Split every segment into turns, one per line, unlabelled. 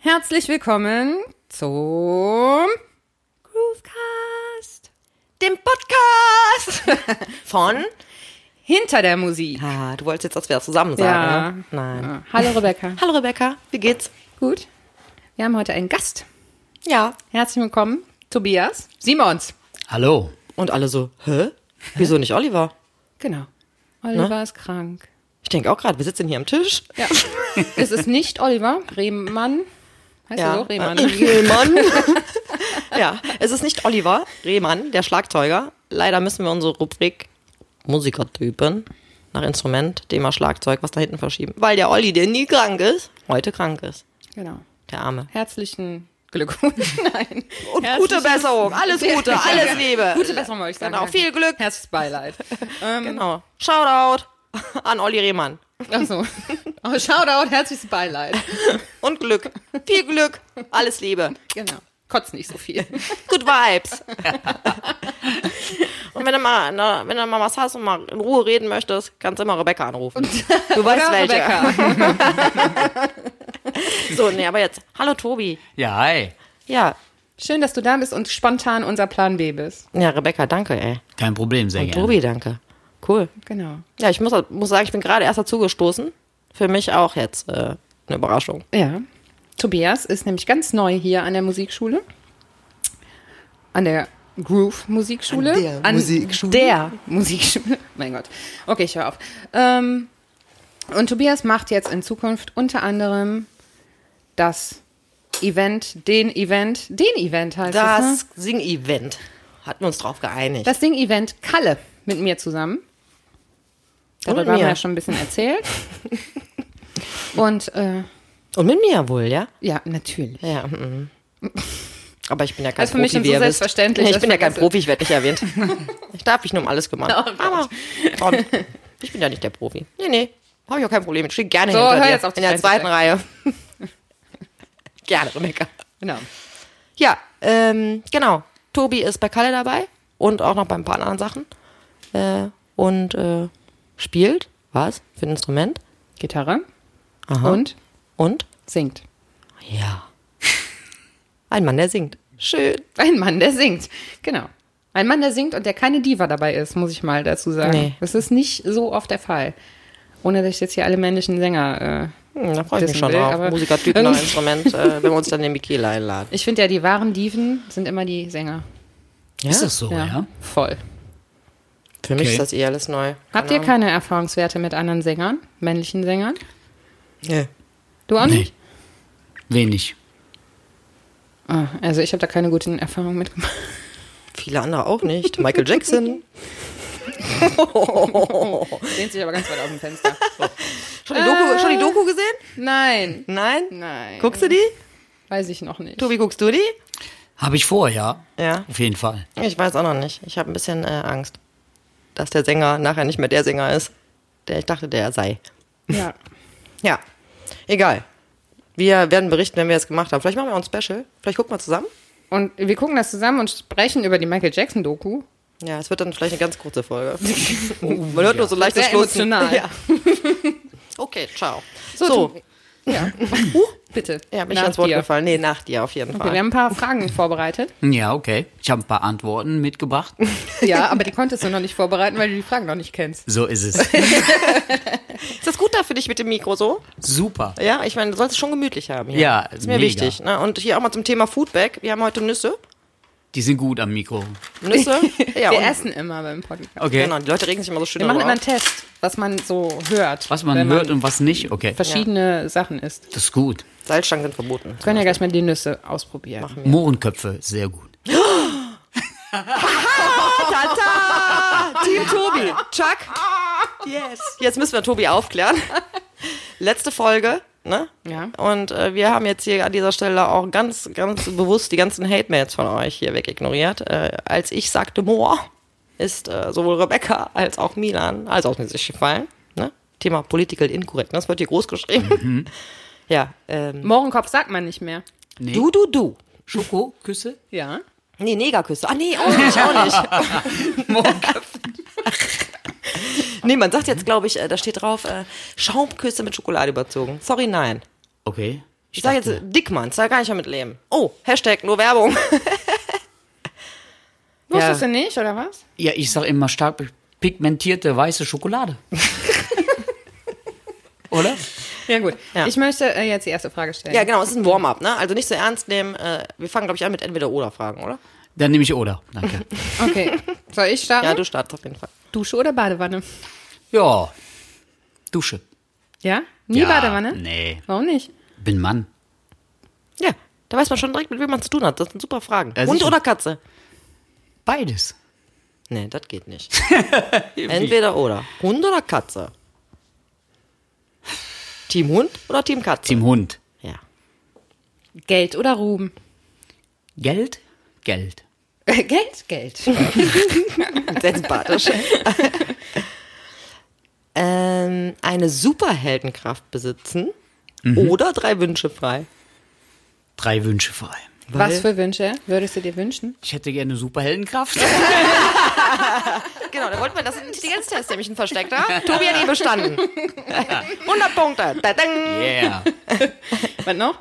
herzlich willkommen zum Groovecast, dem Podcast
Von?
hinter der Musik.
Ah, du wolltest jetzt, dass wir das zusammen sagen,
Ja.
ne? Nein.
Hallo Rebecca.
Hallo Rebecca, wie geht's?
Gut. Wir haben heute einen Gast.
Ja.
Herzlich willkommen, Tobias Simons.
Hallo.
Und alle so, hä? Wieso nicht Oliver?
Genau. Oliver ist krank.
Ich denke auch gerade, wir sitzen hier am Tisch.
Ja. es ist nicht Oliver Rehmann. Heißt er so? Rehmann.
Äh, Rehmann. ja, es ist nicht Oliver Rehmann, der Schlagzeuger. Leider müssen wir unsere Rubrik Musikertypen nach Instrument, Thema Schlagzeug, was da hinten verschieben. Weil der Olli, der nie krank ist, heute krank ist.
Genau.
Der Arme.
Herzlichen Glückwunsch. Nein.
Und
Herzlichen-
gute Besserung. Alles Gute, alles Liebe.
Gute Besserung, wollte ich sagen.
Genau, viel Glück.
Herzliches Beileid. Ähm,
Genau. Shoutout an Olli Rehmann.
Achso. Oh, Shoutout, herzliches Beileid.
Und Glück. Viel Glück. Alles Liebe.
Genau. Kotzt nicht so viel.
Good Vibes. Und wenn du mal, na, wenn du mal was hast und mal in Ruhe reden möchtest, kannst du immer Rebecca anrufen. Du weißt
Oder,
welche.
Rebecca?
So, nee, aber jetzt. Hallo Tobi.
Ja, hi.
Ja.
Schön, dass du da bist und spontan unser Plan B bist.
Ja, Rebecca, danke, ey.
Kein Problem, sehr
Und
gerne.
Tobi, ne? danke. Cool.
Genau.
Ja, ich muss, muss sagen, ich bin gerade erst dazugestoßen. Für mich auch jetzt äh, eine Überraschung.
Ja. Tobias ist nämlich ganz neu hier an der Musikschule. An der Groove Musikschule.
An der Musikschule.
Der Musikschule. Mein Gott. Okay, ich höre auf. Ähm, und Tobias macht jetzt in Zukunft unter anderem das Event, den Event, den Event heißt es. ne?
Das Sing-Event. Hatten wir uns drauf geeinigt.
Das Sing-Event Kalle mit mir zusammen.
Und
Darüber
mit
haben wir
mir.
ja schon ein bisschen erzählt. Und äh,
Und mit mir wohl, ja?
ja, natürlich.
Ja. mhm. Aber ich bin ja kein
Also für mich
Profi,
schon
wie
so
ihr wisst.
selbstverständlich,
Nee, ich
dass
bin ja
wir
kein
das- Oh
Profi, ich werde nicht erwähnt. ich darf mich nur um alles kümmern. Aber komm, ich bin ja nicht der Profi. Nee, nee, habe ich auch kein Problem. mit. Ich stehe gerne
So,
hinter
hör
dir.
jetzt auf, die
In der
Fresse
zweiten
zu
Reihe. gerne, Rebecca.
Genau.
Ja, ähm, genau. Tobi ist bei Kalle dabei und auch noch bei ein paar anderen Sachen. Äh, und äh, spielt, was, für ein Instrument
Gitarre
Aha.
und
und,
singt.
ja, ein Mann, der singt. Schön.
Ein Mann, der singt. Genau. Ein Mann, der singt und der keine Diva dabei ist, muss ich mal dazu sagen.
Nee.
Das ist nicht so oft der Fall. Ohne dass ich jetzt hier alle männlichen Sänger. Äh,
Hm, Da freue ich mich
Wissen
schon
will, aber-
drauf. Musikertypen nach Instrument, äh, wenn wir uns dann den Mikele einladen.
ich finde ja, die wahren Diven sind immer die Sänger.
Ja?
Ist das so, ja?
Voll.
Für mich
Okay.
ist das eh alles neu.
Habt ihr keine Erfahrungswerte mit anderen Sängern, männlichen Sängern?
Nee.
Du auch nicht?
Wenig.
Ah, also ich habe da keine guten Erfahrungen mitgemacht.
Viele andere auch nicht. Michael Jackson.
Lehnt sich aber ganz weit aus dem Fenster.
Schon die, Doku, schon die Doku gesehen?
Nein,
Nein?
nein.
Guckst du die?
Weiß ich noch nicht.
Tobi, guckst du die?
Habe ich vor, ja.
Ja.
Auf jeden Fall.
Ich weiß auch noch nicht. Ich habe ein bisschen äh, Angst, dass der Sänger nachher nicht mehr der Sänger ist, der ich dachte, der er sei.
Ja.
Ja. Egal. Wir werden berichten, wenn wir es gemacht haben. Vielleicht machen wir auch ein Special. Vielleicht gucken wir zusammen.
Und wir gucken das zusammen und sprechen über die Michael Jackson Doku.
Ja, es wird dann vielleicht eine ganz kurze Folge. Man hört nur so leichtes
Sehr
Schlucken.
emotional.
Ja. Okay, ciao.
So,
So,
du- Ja. Bitte.
ja, bin ich
Nach
ans Wort
dir.
gefallen. Nee, nach dir auf jeden
Okay, wir
Fall.
haben ein paar Fragen vorbereitet.
Hm, Ja, okay. Ich habe ein paar Antworten mitgebracht.
Ja, aber die konntest du noch nicht vorbereiten, weil du die Fragen noch nicht kennst.
So ist es.
Ist das gut da für dich mit dem Mikro so?
Super.
Ja, ich meine, du sollst es schon gemütlich haben hier.
Ja,
ist mir
mega.
wichtig. Ne? Und hier auch mal zum Thema Foodback. Wir haben heute Nüsse.
Die sind gut am Mikro.
Nüsse. Ja,
wir
und,
essen immer beim Podcast.
Okay.
Genau, die Leute regen sich immer so schön
Wir machen immer
darüber
einen Test, was man so hört.
Was man
wenn
hört und was nicht, okay.
verschiedene Sachen isst.
Das ist gut.
auf. Salzstangen sind verboten.
Wir können ja gleich mal die Nüsse ausprobieren.
Mohrenköpfe, sehr gut.
Tata! Team Tobi. Chuck. Yes. Jetzt müssen wir Tobi aufklären. Letzte Folge, ne?
Ja.
Und äh, wir haben jetzt hier an dieser Stelle auch ganz, ganz bewusst die ganzen Hate-Mails von euch hier wegignoriert. Äh, als ich sagte Moor, ist äh, sowohl Rebecca als auch Milan, als auch mir sich gefallen. Ne? Thema Political Incorrectness wird hier groß geschrieben. Ja, ähm,
Mohrenkopf sagt man nicht mehr.
Nee.
du, du, du.
Schokoküsse?
Ja.
Nee, Negerküsse. Ah, nee, auch nicht, auch nicht. nee, man sagt jetzt, glaube ich, äh, da steht drauf, äh, Schaumküsse mit Schokolade überzogen. Sorry, nein.
Okay. Ich
Ich sage jetzt Dickmanns, da kann ich damit leben. Oh, Hashtag nur Werbung.
Wusstest du nicht, oder was?
Ja, ich sag immer stark pigmentierte weiße Schokolade. Oder?
Ja, gut.
Ja.
Ich möchte äh, jetzt die erste Frage stellen.
Ja, genau, es ist ein Warm-up, ne? Also nicht so ernst nehmen. Äh, wir fangen, glaube ich, an mit Entweder-Oder-Fragen, oder?
Dann nehme ich Oder. Danke.
Okay. Soll ich starten?
Ja, du startest auf jeden Fall.
Dusche oder Badewanne?
ja. Dusche.
Ja? Nie
ja,
Badewanne?
Nee.
Warum nicht?
Bin Mann.
Ja, da weiß man schon direkt, mit wem man zu tun hat. Das sind super Fragen.
Ja,
Hund
sicher.
oder Katze?
Beides.
Nee, das geht nicht. Entweder oder. Hund oder Katze? Team Hund oder Team Katze?
Team Hund.
Ja.
Geld oder Ruhm?
Geld? Geld.
Äh, Geld? Geld.
Sehr sympathisch. ähm, eine Superheldenkraft besitzen oder drei Wünsche frei.
Drei Wünsche frei.
Was für Wünsche würdest du dir wünschen?
Ich hätte gerne Superheldenkraft.
Genau, da wollten wir das Intelligenztest nämlich ein versteckt haben. Tobi hat ihn bestanden. 100 Punkte. Dadang.
Yeah.
Was noch?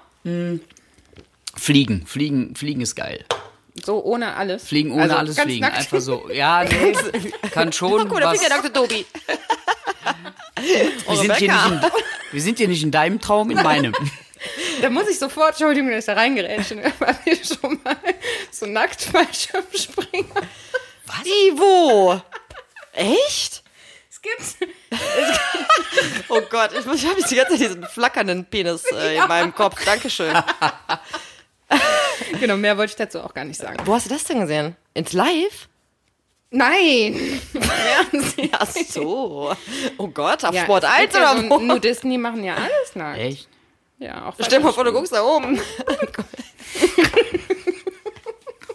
Fliegen. Fliegen, fliegen ist geil.
So ohne alles.
Fliegen ohne
Also
alles
ganz
fliegen.
nackt.
Einfach so. Ja, nee, kann schon.
Guck mal, da
was,
fliegt der Dr. Tobi.
wir, sind hier
Rebecca.
nicht in, wir sind hier nicht in deinem Traum, in meinem.
Da muss ich sofort, Entschuldigung, dass ich da reingerätscht bin, weil ich schon mal so nackt Fallschirmspringer.
Ivo. Echt?
Es gibt's.
Oh Gott, ich, muss- ich habe jetzt die ganze Zeit diesen flackernden Penis äh, in meinem Kopf. Dankeschön.
Genau, mehr wollte ich dazu auch gar nicht sagen.
Wo hast du das denn gesehen? Ins Live?
Nein! Im Fernsehen.
Ach so. Oh Gott, auf
Ja,
Sport
es
1
gibt ja
oder
so
wo?
Nudisten, die machen ja alles nackt.
Echt?
Ja, auch
Stell dir mal vor, du guckst da oben.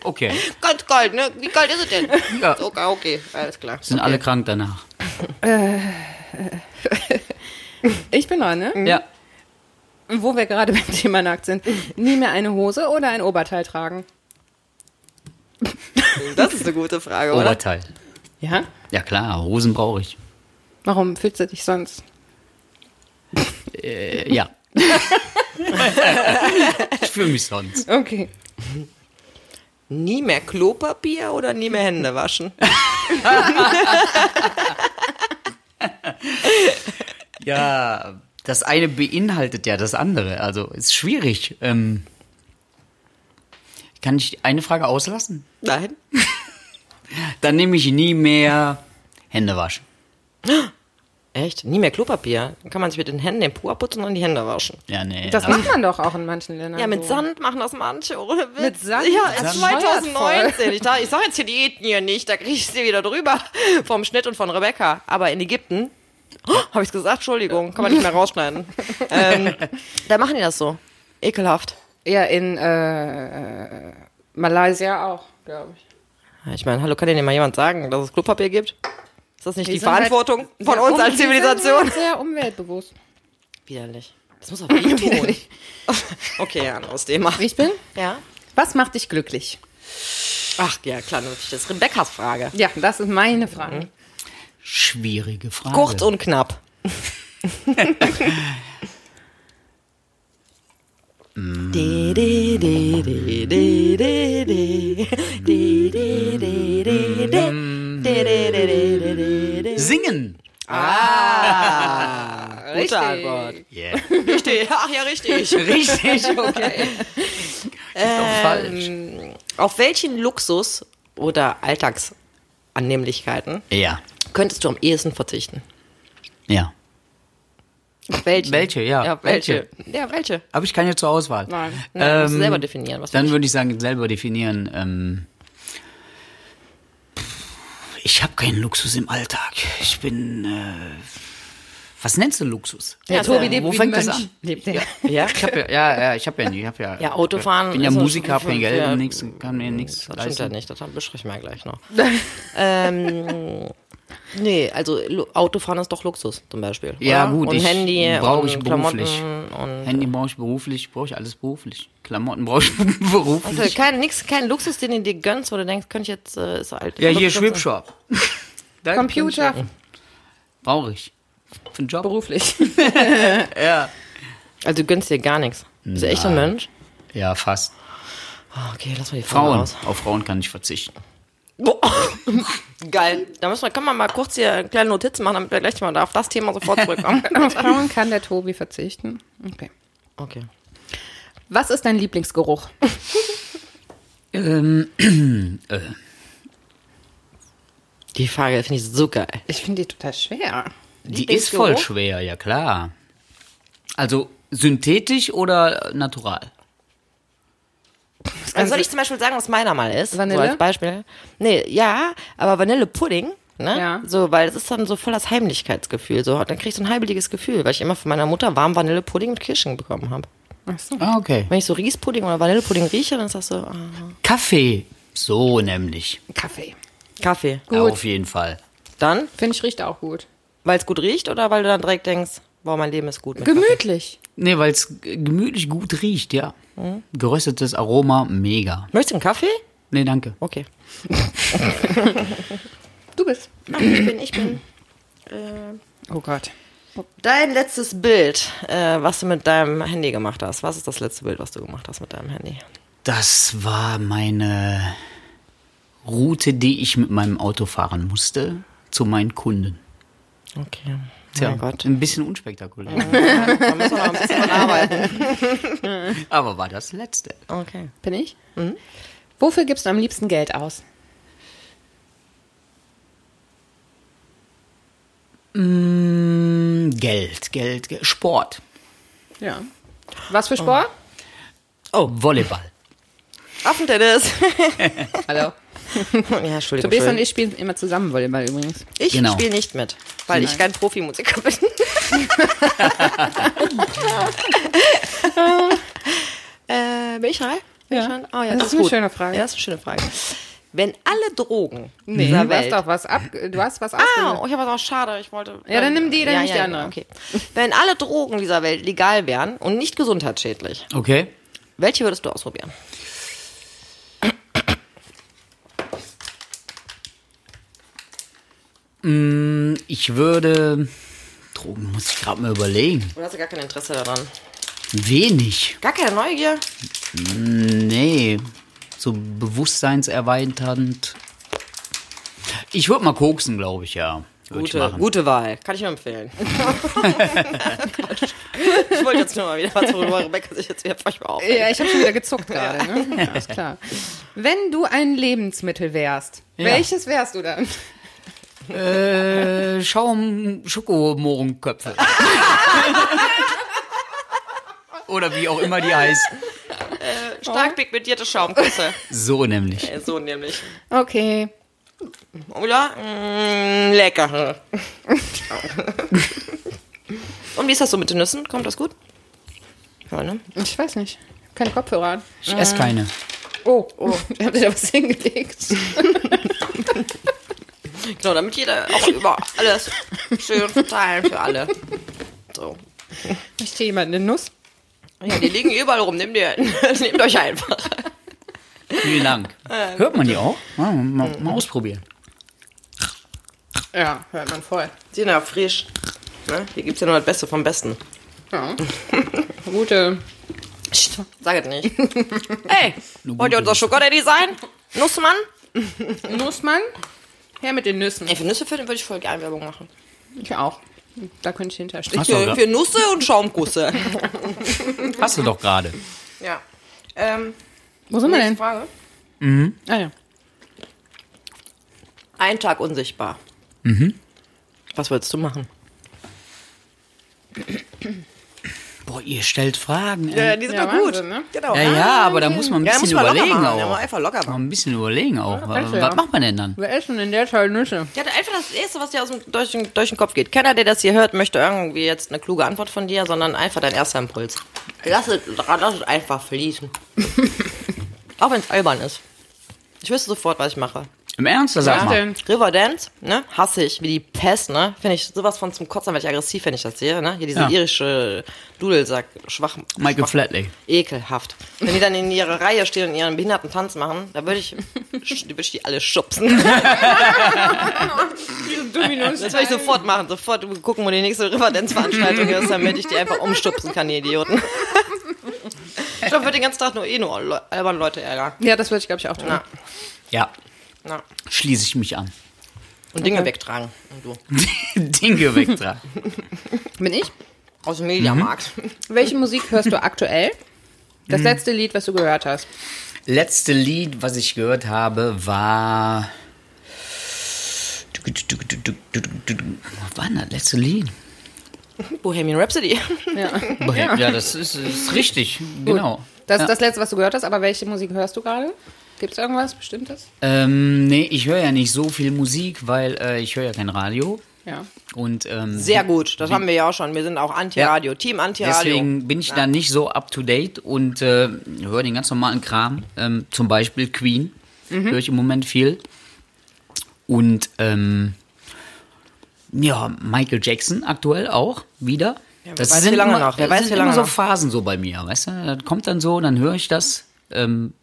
Okay.
Ganz kalt, ne? Wie kalt ist es denn?
Ja.
Okay, okay, alles klar.
Sind alle krank danach.
Ich bin dran,
Hm.
ne?
Ja.
Wo wir gerade beim Thema nackt sind. Nie mehr eine Hose oder ein Oberteil tragen.
Das ist eine gute Frage, oder?
Oberteil.
Ja?
Ja klar, Hosen brauche ich.
Warum fühlst du dich sonst?
Äh, ja. ich fühle mich sonst.
Okay.
Nie mehr Klopapier oder nie mehr Hände waschen?
Ja, das eine beinhaltet ja das andere. Also ist schwierig. Ähm, kann ich eine Frage auslassen?
Nein.
Dann nehme ich nie mehr Hände waschen.
Echt? Nie mehr Klopapier? Dann kann man sich mit den Händen den Po abputzen und dann die Hände waschen.
Ja, nee.
Das
also-
macht man doch auch in manchen Ländern.
Ja, mit
so.
Sand machen das manche, ohne Witz.
Also Mit Sand?
Ja,
Das
erst
ist bescheuert
2019. Ich, dachte, ich sag jetzt hier Diäten hier nicht, da krieg ich sie wieder drüber. Vom Schnitt und von Rebecca. Aber in Ägypten, oh, habe ich's gesagt, Entschuldigung, kann man nicht mehr rausschneiden. ähm, da machen die das so. Ekelhaft.
Ja, in äh, äh, Malaysia auch, glaube ich.
Ich meine, hallo, kann dir mal jemand sagen, dass es Klopapier gibt? Ist das nicht die, Verantwortung
sind
von
sehr
uns
um-
als
die sind
Zivilisation?
halt Sehr umweltbewusst.
Widerlich. Das muss auch wehtun.
Widerlich.
okay, ja, anderes Thema.
Ich bin?
Ja?
Was macht dich glücklich?
Ach ja, klar, natürlich. Das ist Rebeccas Frage.
Ja, das ist meine Frage.
Schwierige Frage.
Kurz und knapp.
Mhm.
De, de, de, de, de, de, de. De, de, de, de, de. De, de, de, de, de, de, de.
Singen.
Gute Antwort.
Yeah.
Richtig, ach ja, richtig.
Richtig, okay.
Ähm.
falsch.
Auf welchen Luxus oder Alltagsannehmlichkeiten
Ja.
könntest du am ehesten verzichten?
Ja.
Welche?
Welche, ja.
Ja, welche? Ja, welche?
Habe ich keine zur Auswahl. Ähm,
Nein.
Nein, musst du selber definieren, was
Dann
du-
würde ich sagen, selber definieren. Ähm, ich habe keinen Luxus im Alltag. Ich bin. Äh, was nennst du Luxus?
Der
Ja,
Tobi
äh,
lebt
wo
wie
fängt
ein
das
Mönch.
an?
Lebt der.
Ja?
Ich habe ja, ja, ja, ich habe ja, nie- ich hab ja,
Ja, Autofahren
Bin ja
ist auch
Musiker, hab
schon-
kein Geld,
ja.
nix, kann mir nichts
Das stimmt ja
leisten.
nicht, das besprechen wir gleich noch. ähm, nee, also Lu- Autofahren ist doch Luxus zum Beispiel.
Ja,
oder?
gut,
Und
ich-
Handy
brauch
und
ich
Klamotten
beruflich.
und äh,
Handy brauche ich beruflich, brauche ich alles beruflich. Klamotten brauche ich beruflich.
also kein, nix, kein Luxus, den du dir gönnst, wo du denkst, könnte ich jetzt äh, ist alt.
ja, hier
Luxus-
Schwibshop. Da
Computer.
Brauche ich. Für einen Job.
Beruflich.
Also du gönnst dir gar nichts. Bist du echt ein Mensch?
Ja, fast.
Ah, Okay, lass mal die Frage
Frauen.
raus.
Auf Frauen kann ich verzichten.
Boah. Geil. Da müssen wir, können wir mal kurz hier eine kleine Notizen machen, damit wir gleich mal da auf das Thema sofort zurückkommen.
Auf Frauen kann der Tobi verzichten. Okay.
okay.
Was ist dein Lieblingsgeruch?
Ähm,
Die Frage finde ich so geil.
Ich finde die total schwer.
die ist voll
Lieblingsgeruch?
schwer, ja klar. Also synthetisch oder natural?
Also soll ich zum Beispiel sagen, was meiner mal ist?
Vanille?
So als Beispiel. Nee, ja, aber Vanillepudding. Ne?
Ja.
So, weil das ist dann so voll das Heimlichkeitsgefühl. So, dann krieg ich so ein heimeliges Gefühl, weil ich immer von meiner Mutter warm Vanillepudding mit Kirschen bekommen habe.
Ach so.
Ah, okay.
Wenn ich so Riespudding oder Vanillepudding rieche, dann ist das so ah,
Kaffee. So nämlich.
Kaffee.
Kaffee.
Ja,
Gut.
auf jeden Fall.
Dann,
Finde ich riecht auch gut.
weil es gut riecht oder weil du dann direkt denkst, wow, mein Leben ist gut. Mit Kaffee.
Gemütlich.
Nee, weil es gemütlich gut riecht, ja. Geröstetes Aroma, mega.
Möchtest du einen Kaffee?
Nee, danke.
Okay.
Du bist.
Ich bin, ich bin. äh,
Oh Gott.
Dein letztes Bild, äh, was du mit deinem Handy gemacht hast. Was ist das letzte Bild, was du gemacht hast mit deinem Handy?
Das war meine Route, die ich mit meinem Auto fahren musste, zu meinen Kunden.
Okay.
Tja,
mein Gott.
ein bisschen unspektakulär.
Da müssen wir noch ein bisschen dran arbeiten.
Aber war das letzte.
Okay.
Bin ich? Wofür gibst du am liebsten Geld aus?
Mm, Geld, Geld, Geld. Sport.
Ja. Was für Sport?
Oh, Volleyball.
Affentennis.
Hallo.
ja, Entschuldigung.
Tobias und
Entschuldigung.
ich spielen immer zusammen Volleyball übrigens.
Ich
Genau.
spiele nicht mit, weil ich kein Profimusiker bin. äh, bin ich frei? Bin
Ja.
ich dran? Oh, ja,
Das ist
das ist
eine
gut.
schöne Frage.
Ja, das ist eine schöne Frage. Wenn alle Drogen
du
dieser
hast
Welt
doch was ab. Du hast was
Ah,
ausgesucht.
oh, ich habe auch schade. Ich wollte.
Ja, dann nimm die, dann
ja,
nicht
ja,
die
ja,
andere.
Okay. Wenn alle Drogen dieser Welt legal wären und nicht gesundheitsschädlich,
Okay.
welche würdest du ausprobieren?
Ich würde. Drogen muss ich gerade mal überlegen.
Oder hast du gar kein Interesse daran?
Wenig.
Gar keine Neugier?
Nee. So bewusstseinserweiternd. Ich würde mal koksen, glaube ich, ja. Würd ich
Gute,
machen.
gute Wahl. Kann ich nur empfehlen. ich wollte jetzt nur mal wieder was, worüber Rebecca sich jetzt wieder furchtbar aufregt.
Ja, ich habe schon wieder gezuckt gerade. Ne? Ja, ist klar. Wenn du ein Lebensmittel wärst, welches wärst du dann?
Äh, Schaum, Schokomohrenköpfe. Oder wie auch immer die heißt.
Stark pigmentierte Schaumküsse.
So nämlich.
so nämlich.
Okay.
Oder? Mm, lecker. Und wie ist das so mit den Nüssen? Kommt das gut? Ja, ne?
Ich weiß nicht. Keine Kopfhörer an.
Ich esse keine.
Oh, oh. Ich habe dir da was hingelegt.
Genau, damit jeder auch über alles schön verteilen für alle. So.
Ich stehe jemand eine Nuss.
Ja, die liegen überall rum. Nehmt, ihr, nehmt euch einfach.
Vielen Dank. Hört man die auch? Ja, mal, mal ausprobieren.
Ja, hört man voll.
Sind ja frisch. Ne? Hier gibt's ja nur das Beste vom Besten.
Ja. Gute.
Sag es nicht. Ey, wollt ihr unser Sugar Daddy sein? Nussmann?
Nussmann. Her mit den Nüssen.
Ey, für Nüsse für den würde ich voll gerne Werbung machen.
Ich auch. Da könnte ich hinterstehen.
Hast du,
Für,
doch-
für Nüsse und Schaumkusse.
hast du doch gerade.
ja. Ähm,
Wo sind wir
nächste
Äh.
denn?
Frage.
Ah ja.
Ein Tag unsichtbar. Mhm. Was willst du machen?
Boah, ihr stellt Fragen. ey.
Äh, die
Ja, Wahnsinn, ne?
Genau.
Ja, ja, aber da muss man ein
Ja, da
bisschen
muss man locker
überlegen
machen.
auch.
Ja, mal einfach locker
Mal
machen.
ein bisschen überlegen auch. was,
kannst du ja.
was macht man denn dann?
Wir essen in der Zeit Nüsse.
Ja, einfach das Erste, was dir aus dem, durch, den, durch den Kopf geht. Keiner, der das hier hört, möchte irgendwie jetzt eine kluge Antwort von dir, sondern einfach dein erster Impuls. Lass es, lass es einfach fließen. Auch wenn es albern ist. Ich wüsste sofort, was ich mache.
Im Ernst, das sag
Was
mal.
denn?
Riverdance, ne? Hasse ich, wie die Pest, ne? Finde ich sowas von zum Kotzen, werde ich aggressiv, wenn ich das sehe, ne? Hier diese
Ja.
irische Dudelsack, schwach.
Michael
schwach-
Flatley.
Ekelhaft. Wenn die dann in ihrer Reihe stehen und ihren behinderten Tanz machen, da würde ich, sch- würde ich die alle schubsen. Das würde ich sofort machen, sofort gucken, wo die nächste Riverdance-Veranstaltung ist, damit ich die einfach umstupsen kann, die Idioten. glaube, wird den ganzen Tag nur eh nur Le- alberne Leute ärgern.
Ja, das würde ich, glaube ich, auch tun.
Na,
Ja,
na.
schließe ich mich an.
Und Dinge wegtragen. Und du.
Dinge wegtragen.
Bin ich?
Aus dem Mediamarkt.
Mhm.
Welche Musik hörst du aktuell? Das letzte Lied, was du gehört hast.
Letzte Lied, was ich gehört habe, war. Was war denn das letzte Lied?
Bohemian Rhapsody.
Ja.
Ja, das ist, ist richtig, genau.
Das
ja.
ist das letzte, was du gehört hast, aber welche Musik hörst du gerade? Gibt es irgendwas Bestimmtes?
Ähm, nee, ich höre ja nicht so viel Musik, weil äh, ich höre ja kein Radio.
Ja.
Und ähm,
Sehr gut, das haben wir ja auch schon. Wir sind auch Anti-Radio, Team Anti-Radio.
deswegen bin ich da nicht so up to date und äh, höre den ganz normalen Kram. Ähm, zum Beispiel Queen
Mhm.
höre ich im Moment viel. Und ähm, ja, Michael Jackson aktuell auch wieder.
wer weiß, wie lange
immer,
noch? Wer
das
weiß,
sind
wie lange
immer so
noch?
Phasen so bei mir, weißt du? Das kommt dann so, dann höre ich das ähm,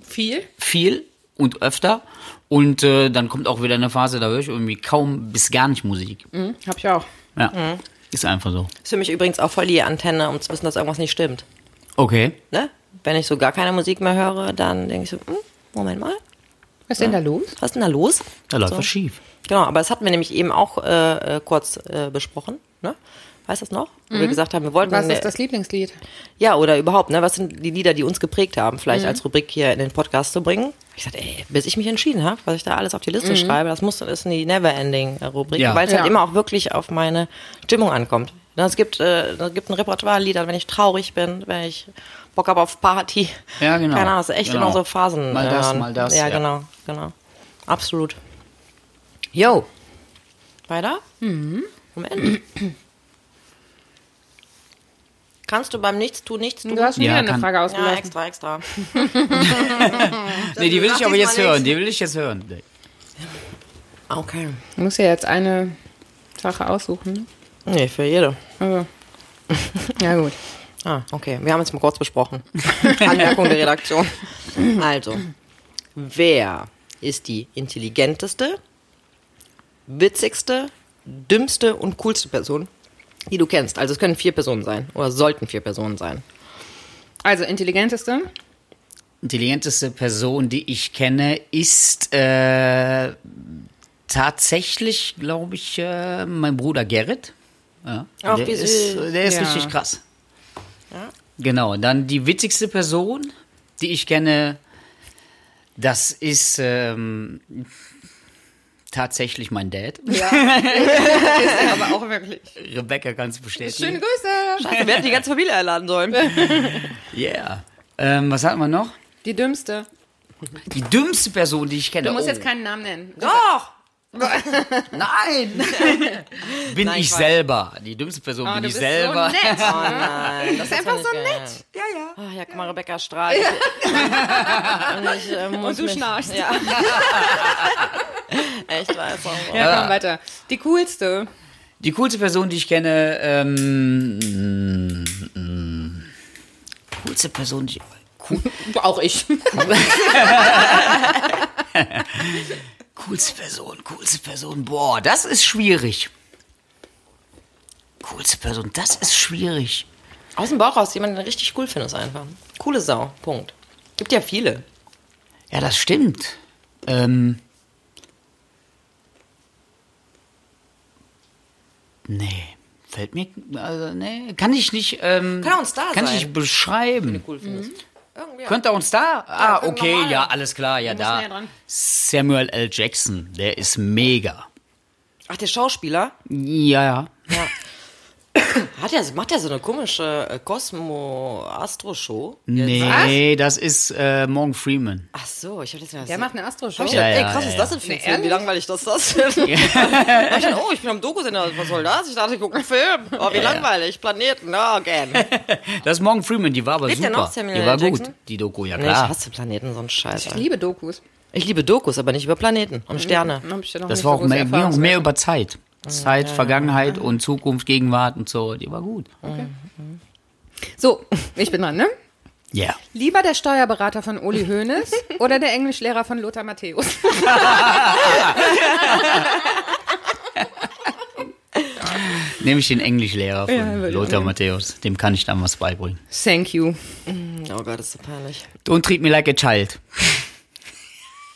Viel?
viel und öfter. Und äh, dann kommt auch wieder eine Phase, da höre ich irgendwie kaum bis gar nicht Musik.
Mhm.
Hm, hab ich auch.
Ja, ist einfach so.
Ist für mich übrigens auch voll die Antenne, um zu wissen, dass irgendwas nicht stimmt.
Okay.
Ne? Wenn ich so gar keine Musik mehr höre, dann denke ich so, hm, Moment mal,
Was ist denn da los?
was ist denn da los?
Da läuft
So.
was schief.
Genau, aber das hatten wir nämlich eben auch äh, äh, kurz äh, besprochen. Ne? Weißt du das noch? Wo wir gesagt haben, wir wollten.
Mhm. Was
ne-
ist das Lieblingslied?
Ja, oder überhaupt, ne? Was sind die Lieder, die uns geprägt haben, vielleicht als Rubrik hier in den Podcast zu bringen? Ich sagte, ey, bis ich mich entschieden habe, was ich da alles auf die Liste schreibe, das muss das ist eine Never-Ending-Rubrik,
Ja.
weil es
Ja.
halt immer auch wirklich auf meine Stimmung ankommt. Ne, Es gibt, äh, es gibt ein Repertoire an Liedern, wenn ich traurig bin, wenn ich Bock habe auf Party.
Ja, genau.
Keine Ahnung, es ist echt
Genau.
immer so Phasen.
Mal das,
äh,
mal das,
Ja,
ja.
genau, genau. Absolut.
Yo.
Weiter? Moment. Kannst du beim Nichtstun nichts tun?
Du hast mir
Ja,
eine
kann-
Frage
Ja,
ausgelassen.
extra, extra.
Nee, die will
Sag
ich aber jetzt
diesmal
hören.
nichts.
Die will ich jetzt hören.
Okay.
Du musst ja jetzt eine Sache aussuchen. ne?
Nee, für jede.
Also. Ja, gut.
Ah, okay. Wir haben es mal kurz besprochen. Anmerkung der Redaktion. Also, wer ist die intelligenteste, witzigste, dümmste und coolste Person, die du kennst? Also es können vier Personen sein oder sollten vier Personen sein.
Also, intelligenteste.
Intelligenteste Person, die ich kenne, ist äh, tatsächlich, glaube ich, äh, mein Bruder Gerrit. Ja,
Ach,
der
wie
ist,
süß.
der ist
Ja.
richtig krass. Genau, dann die witzigste Person, die ich kenne, das ist ähm, tatsächlich mein Dad.
Aber auch wirklich.
Rebecca, kannst du bestätigen?
Schöne Grüße.
Scheiße, wir hätten die ganze Familie einladen sollen.
Yeah. Ähm, was hatten wir noch?
Die dümmste.
Die dümmste Person, die ich kenne.
Du musst
oh.
jetzt keinen Namen nennen.
Doch!
Nein! bin
Nein,
ich
Quatsch.
selber. Die dümmste Person
Oh,
bin
du
ich
bist
selber.
so nett.
Oh nein.
Das ist einfach so nett.
Ja, ja. Ach, ja, guck mal, Rebecca strahlt. Und, ich, äh, muss
Und du
mich-
schnarchst.
Ja. Echt, weiß auch.
Ja, komm, weiter. Die coolste.
die coolste Person, die ich kenne, ähm, coolste Person, die cool,
Auch ich.
coolste Person, coolste Person. Boah, das ist schwierig. Coolste Person, das ist schwierig.
Aus dem Bauch raus, jemanden den du richtig cool findest einfach. Coole Sau, Punkt. Gibt ja viele.
Ja, das stimmt. Ähm. Nee, fällt mir. Also, nee, kann ich nicht. Ähm,
Kann auch ein Star
Kann
sein.
ich nicht beschreiben.
Cool findest. Irgendwie.
Könnte auch ein Star. Ah,
können
okay,
normale.
ja, alles klar, ja,
musst
da.
näher dran.
Samuel L. Jackson, der ist mega.
Ach, der Schauspieler?
Ja, ja.
Ja. Hat er, macht er so eine komische äh, Cosmo-Astro-Show?
Nee, das ist äh, Morgan Freeman.
Ach so, ich hab jetzt mal
Der macht eine Astro-Show.
Hab ich
Ja,
gedacht, ey,
ja,
krass,
ja,
ist
ja.
das denn für ein
Nee,
Film? Wie
ehrlich?
langweilig das ist das denn? Hab ich dachte, oh, ich bin am Doku-Sender, was soll das? Ich dachte, ich gucke einen Film. Oh, wie langweilig, Planeten, na, gern. Nee,
Das ist Morgan Freeman, die war aber
Lebt der
super.
noch, Samuel
die
L.
war
Jackson?
gut, die Doku, ja
ich
klar.
hasse Planeten, so ein Scheiß.
Ich
Alter.
liebe Dokus.
Ich liebe Dokus, aber nicht über Planeten und Sterne.
Dann hab ich ja noch
Das
nicht
war
so
auch
große
mehr, ging auch
Erfahrung.
mehr über Zeit. Zeit, Vergangenheit und Zukunft, Gegenwart und so. Die war gut.
So, ich bin dran, ne?
Ja.
Lieber der Steuerberater von Uli Hoeneß oder der Englischlehrer von Lothar Matthäus?
Nehme ich den Englischlehrer von
Ja, würde ich
Lothar Matthäus. Dem kann ich dann was beibringen.
Thank you.
Oh Gott, ist so peinlich.
Don't treat me like a child.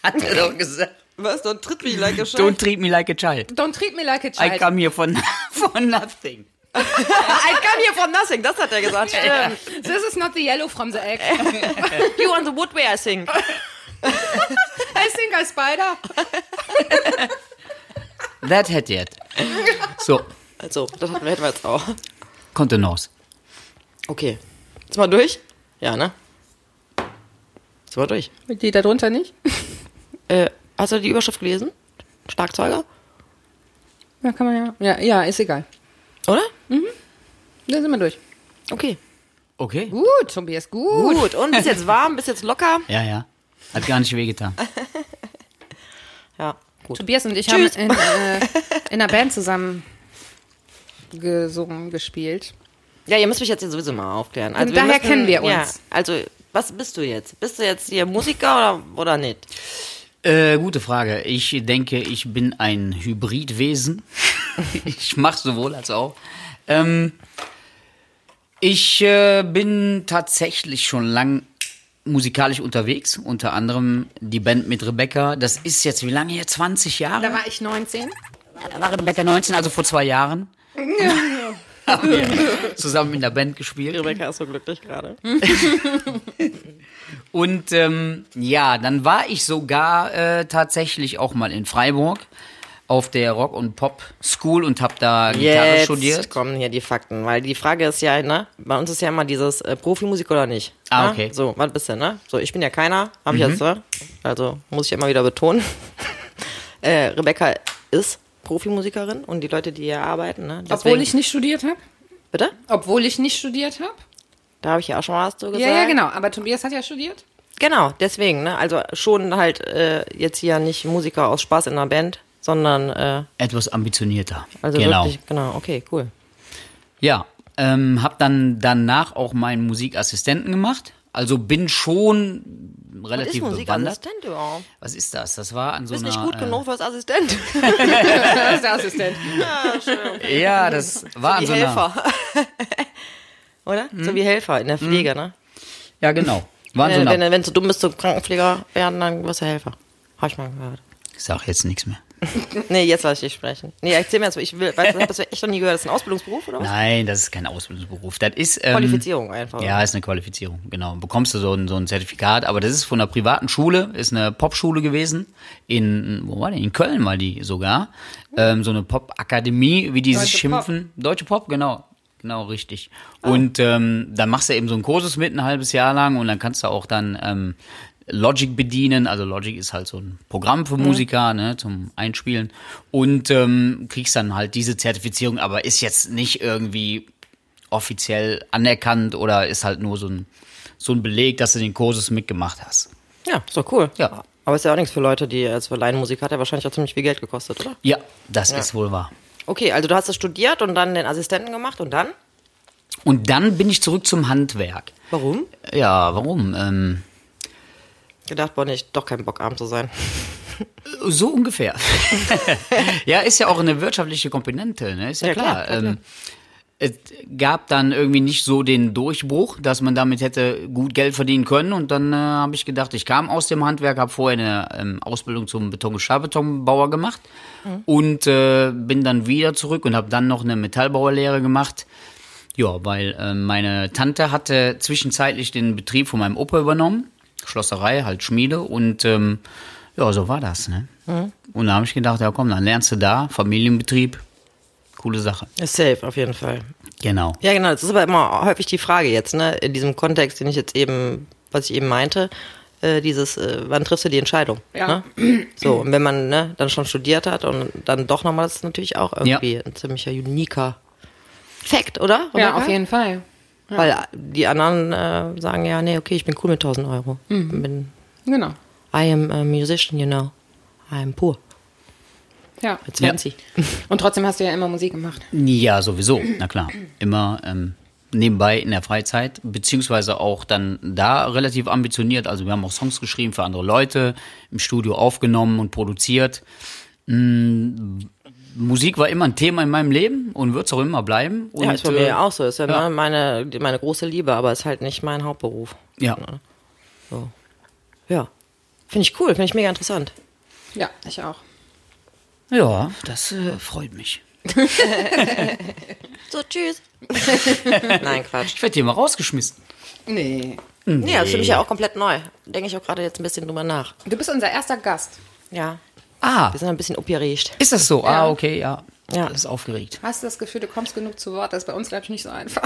Hat er doch gesagt.
Was? Don't tritt mich like a
Don't treat me like a child.
Don't treat me like a
I
child.
come here for, for nothing.
I come here from nothing, das hat er gesagt. Stimmt.
This is not the yellow from the egg.
You on the wood where I sing.
I think I spider.
That had it. So,
Also, das hatten wir, hätten wir jetzt auch.
Kontenance.
Okay. Jetzt mal durch? Ja, ne? Jetzt mal durch.
Die da drunter nicht?
Äh, hast du die Überschrift gelesen? Schlagzeuger?
Ja, kann man ja. Ja, ja ist egal.
Oder?
Dann sind wir durch.
Okay.
Okay.
Gut, Tobias, gut.
Gut, und bist jetzt warm, bist jetzt locker.
Ja, ja. Hat gar nicht wehgetan.
Ja, gut.
Tobias und ich
Tschüss.
haben in, äh, in einer Band zusammen gesungen, gespielt.
Ja, ihr müsst mich jetzt hier sowieso mal aufklären. Also,
Und daher kennen wir
Ja,
uns.
also, was bist du jetzt? Bist du jetzt hier Musiker oder, oder nicht?
Äh, gute Frage. Ich denke, ich bin ein Hybridwesen. ich mache sowohl als auch. Ähm, ich äh, bin tatsächlich schon lang musikalisch unterwegs, unter anderem die Band mit Rebecca. Das ist jetzt, wie lange hier? 20 Jahre?
Da war ich 19.
Da war Rebecca 19, also vor zwei Jahren. Haben wir zusammen in der Band gespielt.
Rebecca ist so glücklich gerade.
Und ähm, ja, dann war ich sogar äh, tatsächlich auch mal in Freiburg auf der Rock- und Pop-School und habe da Gitarre
Jetzt
studiert.
kommen hier die Fakten, weil die Frage ist ja, ne, bei uns ist ja immer dieses äh, Profimusik oder nicht.
Ah,
ne?
okay. Mhm.
So, was bist du, ne? So, ich bin ja keiner, hab ich jetzt, ne? Also muss ich immer wieder betonen. äh, Rebecca ist Profimusikerin und die Leute, die hier arbeiten, ne?
Obwohl ich nicht studiert habe.
Bitte?
Obwohl ich nicht studiert habe.
Da habe ich ja auch schon mal was zu gesagt.
Ja, ja, genau. Aber Tobias hat ja studiert.
Genau, deswegen, ne? Also schon halt äh, jetzt hier nicht Musiker aus Spaß in einer Band, sondern äh,
Etwas ambitionierter.
also
genau.
wirklich, genau, okay, cool.
Ja, ähm, habe dann danach auch meinen Musikassistenten gemacht. Also bin schon
Was ist
relativ bewandert.
Musikassistent überhaupt?
Was ist das? Das war an so
Bist
einer.
nicht gut
äh,
genug fürs Assistent.
Das ist der Assistent.
Ja, das war an
wie
Ah, so einer.
Helfer. Oder? So wie Helfer in der Pflege, ne?
Ja, genau. War an Hm?
Äh,
so
Wenn,
einer.
wenn, wenn du dumm bist zum Krankenpfleger werden, dann wirst du Helfer. Hab ich mal gehört.
Ich sag jetzt nichts mehr.
Nee, jetzt lass ich dich sprechen. Nee, erzähl mir jetzt, ich will, weißt du, das hast du echt noch nie gehört, das ist ein Ausbildungsberuf oder was?
Nein, das ist kein Ausbildungsberuf. Das ist. Ähm,
Qualifizierung einfach.
Ja, ist eine Qualifizierung, genau. Bekommst du so ein, so ein Zertifikat, aber das ist von einer privaten Schule, ist eine Popschule gewesen. In, wo war die? In Köln war die sogar. Ähm, so eine Popakademie, wie die sich
Deutsche
schimpfen. Deutsche Pop, genau. Genau, richtig. Und ähm, dann machst du eben so einen Kursus mit, ein halbes Jahr lang, und dann kannst du auch dann ähm, Logic bedienen. Also Logic ist halt so ein Programm für Musiker, ne, zum Einspielen. Und ähm, kriegst dann halt diese Zertifizierung, aber ist jetzt nicht irgendwie offiziell anerkannt oder ist halt nur so ein, so ein Beleg, dass du den Kursus mitgemacht hast.
ja, ist doch cool.
Ja.
Aber ist ja auch nichts für Leute, die als für Laienmusik hat ja wahrscheinlich auch ziemlich viel Geld gekostet, oder?
Ja, das ist wohl wahr.
Okay, also du hast das studiert und dann den Assistenten gemacht und dann?
Und dann bin ich zurück zum Handwerk.
Warum?
Ja, warum? Ähm,
Gedacht, boah, nee, ich hab doch keinen Bock, arm zu sein.
so ungefähr. ja, ist ja auch eine wirtschaftliche Komponente, ne? Ist ja,
Ja,
klar.
klar,
ähm, es gab dann irgendwie nicht so den Durchbruch, dass man damit hätte gut Geld verdienen können. Und dann äh, habe ich gedacht, ich kam aus dem Handwerk, habe vorher eine ähm, Ausbildung zum Beton- und Stahlbetonbauer gemacht und äh, bin dann wieder zurück und habe dann noch eine Metallbauerlehre gemacht. Ja, weil äh, meine Tante hatte zwischenzeitlich den Betrieb von meinem Opa übernommen. Schlosserei, halt Schmiede. Und ähm, ja, so war das, ne? Und da habe ich gedacht, ja komm, dann lernst du da, Familienbetrieb. Coole Sache.
Ist safe, auf jeden Fall.
Genau.
Ja, genau. Das ist aber immer häufig die Frage jetzt, ne? In diesem Kontext, den ich jetzt eben, was ich eben meinte, äh, dieses, äh, wann triffst du die Entscheidung?
Ja.
Ne? So, und wenn man ne, dann schon studiert hat und dann doch nochmal, das ist natürlich auch irgendwie
Ja.
ein ziemlicher uniker Fact, oder?
Ja,
Rebecca?
auf jeden Fall.
Weil die anderen äh, sagen ja, nee, okay, ich bin cool mit 1000 Euro. Bin,
Genau.
I am a musician, you know. I am poor.
Ja.
It's fancy.
Und trotzdem hast du ja immer Musik gemacht.
Ja, sowieso, na klar. Immer ähm, nebenbei in der Freizeit, beziehungsweise auch dann da relativ ambitioniert. Also wir haben auch Songs geschrieben für andere Leute, im Studio aufgenommen und produziert. Mm, Musik war immer ein Thema in meinem Leben und wird es auch immer bleiben. Und,
Ja, ist bei mir
äh,
ja auch so. Ist ja,
ja.
ne, meine, die- meine große Liebe, aber ist halt nicht mein Hauptberuf.
Ja.
So. Ja. Finde ich cool, finde ich mega interessant.
Ja, ich auch.
Ja, das äh, freut mich.
So, tschüss. Nein, Quatsch.
Ich werde hier mal rausgeschmissen.
Nee.
Hm.
Ja, das finde ich ja auch komplett neu. Denke ich auch gerade jetzt ein bisschen drüber nach.
Du bist unser erster Gast.
Ja.
Ah,
Wir sind ein bisschen operiert.
ist das so?
Ja.
Ah, okay, ja.
Ja.
Alles aufgeregt.
Hast du das Gefühl, du kommst genug zu Wort? Das ist bei uns, glaube ich, nicht so einfach.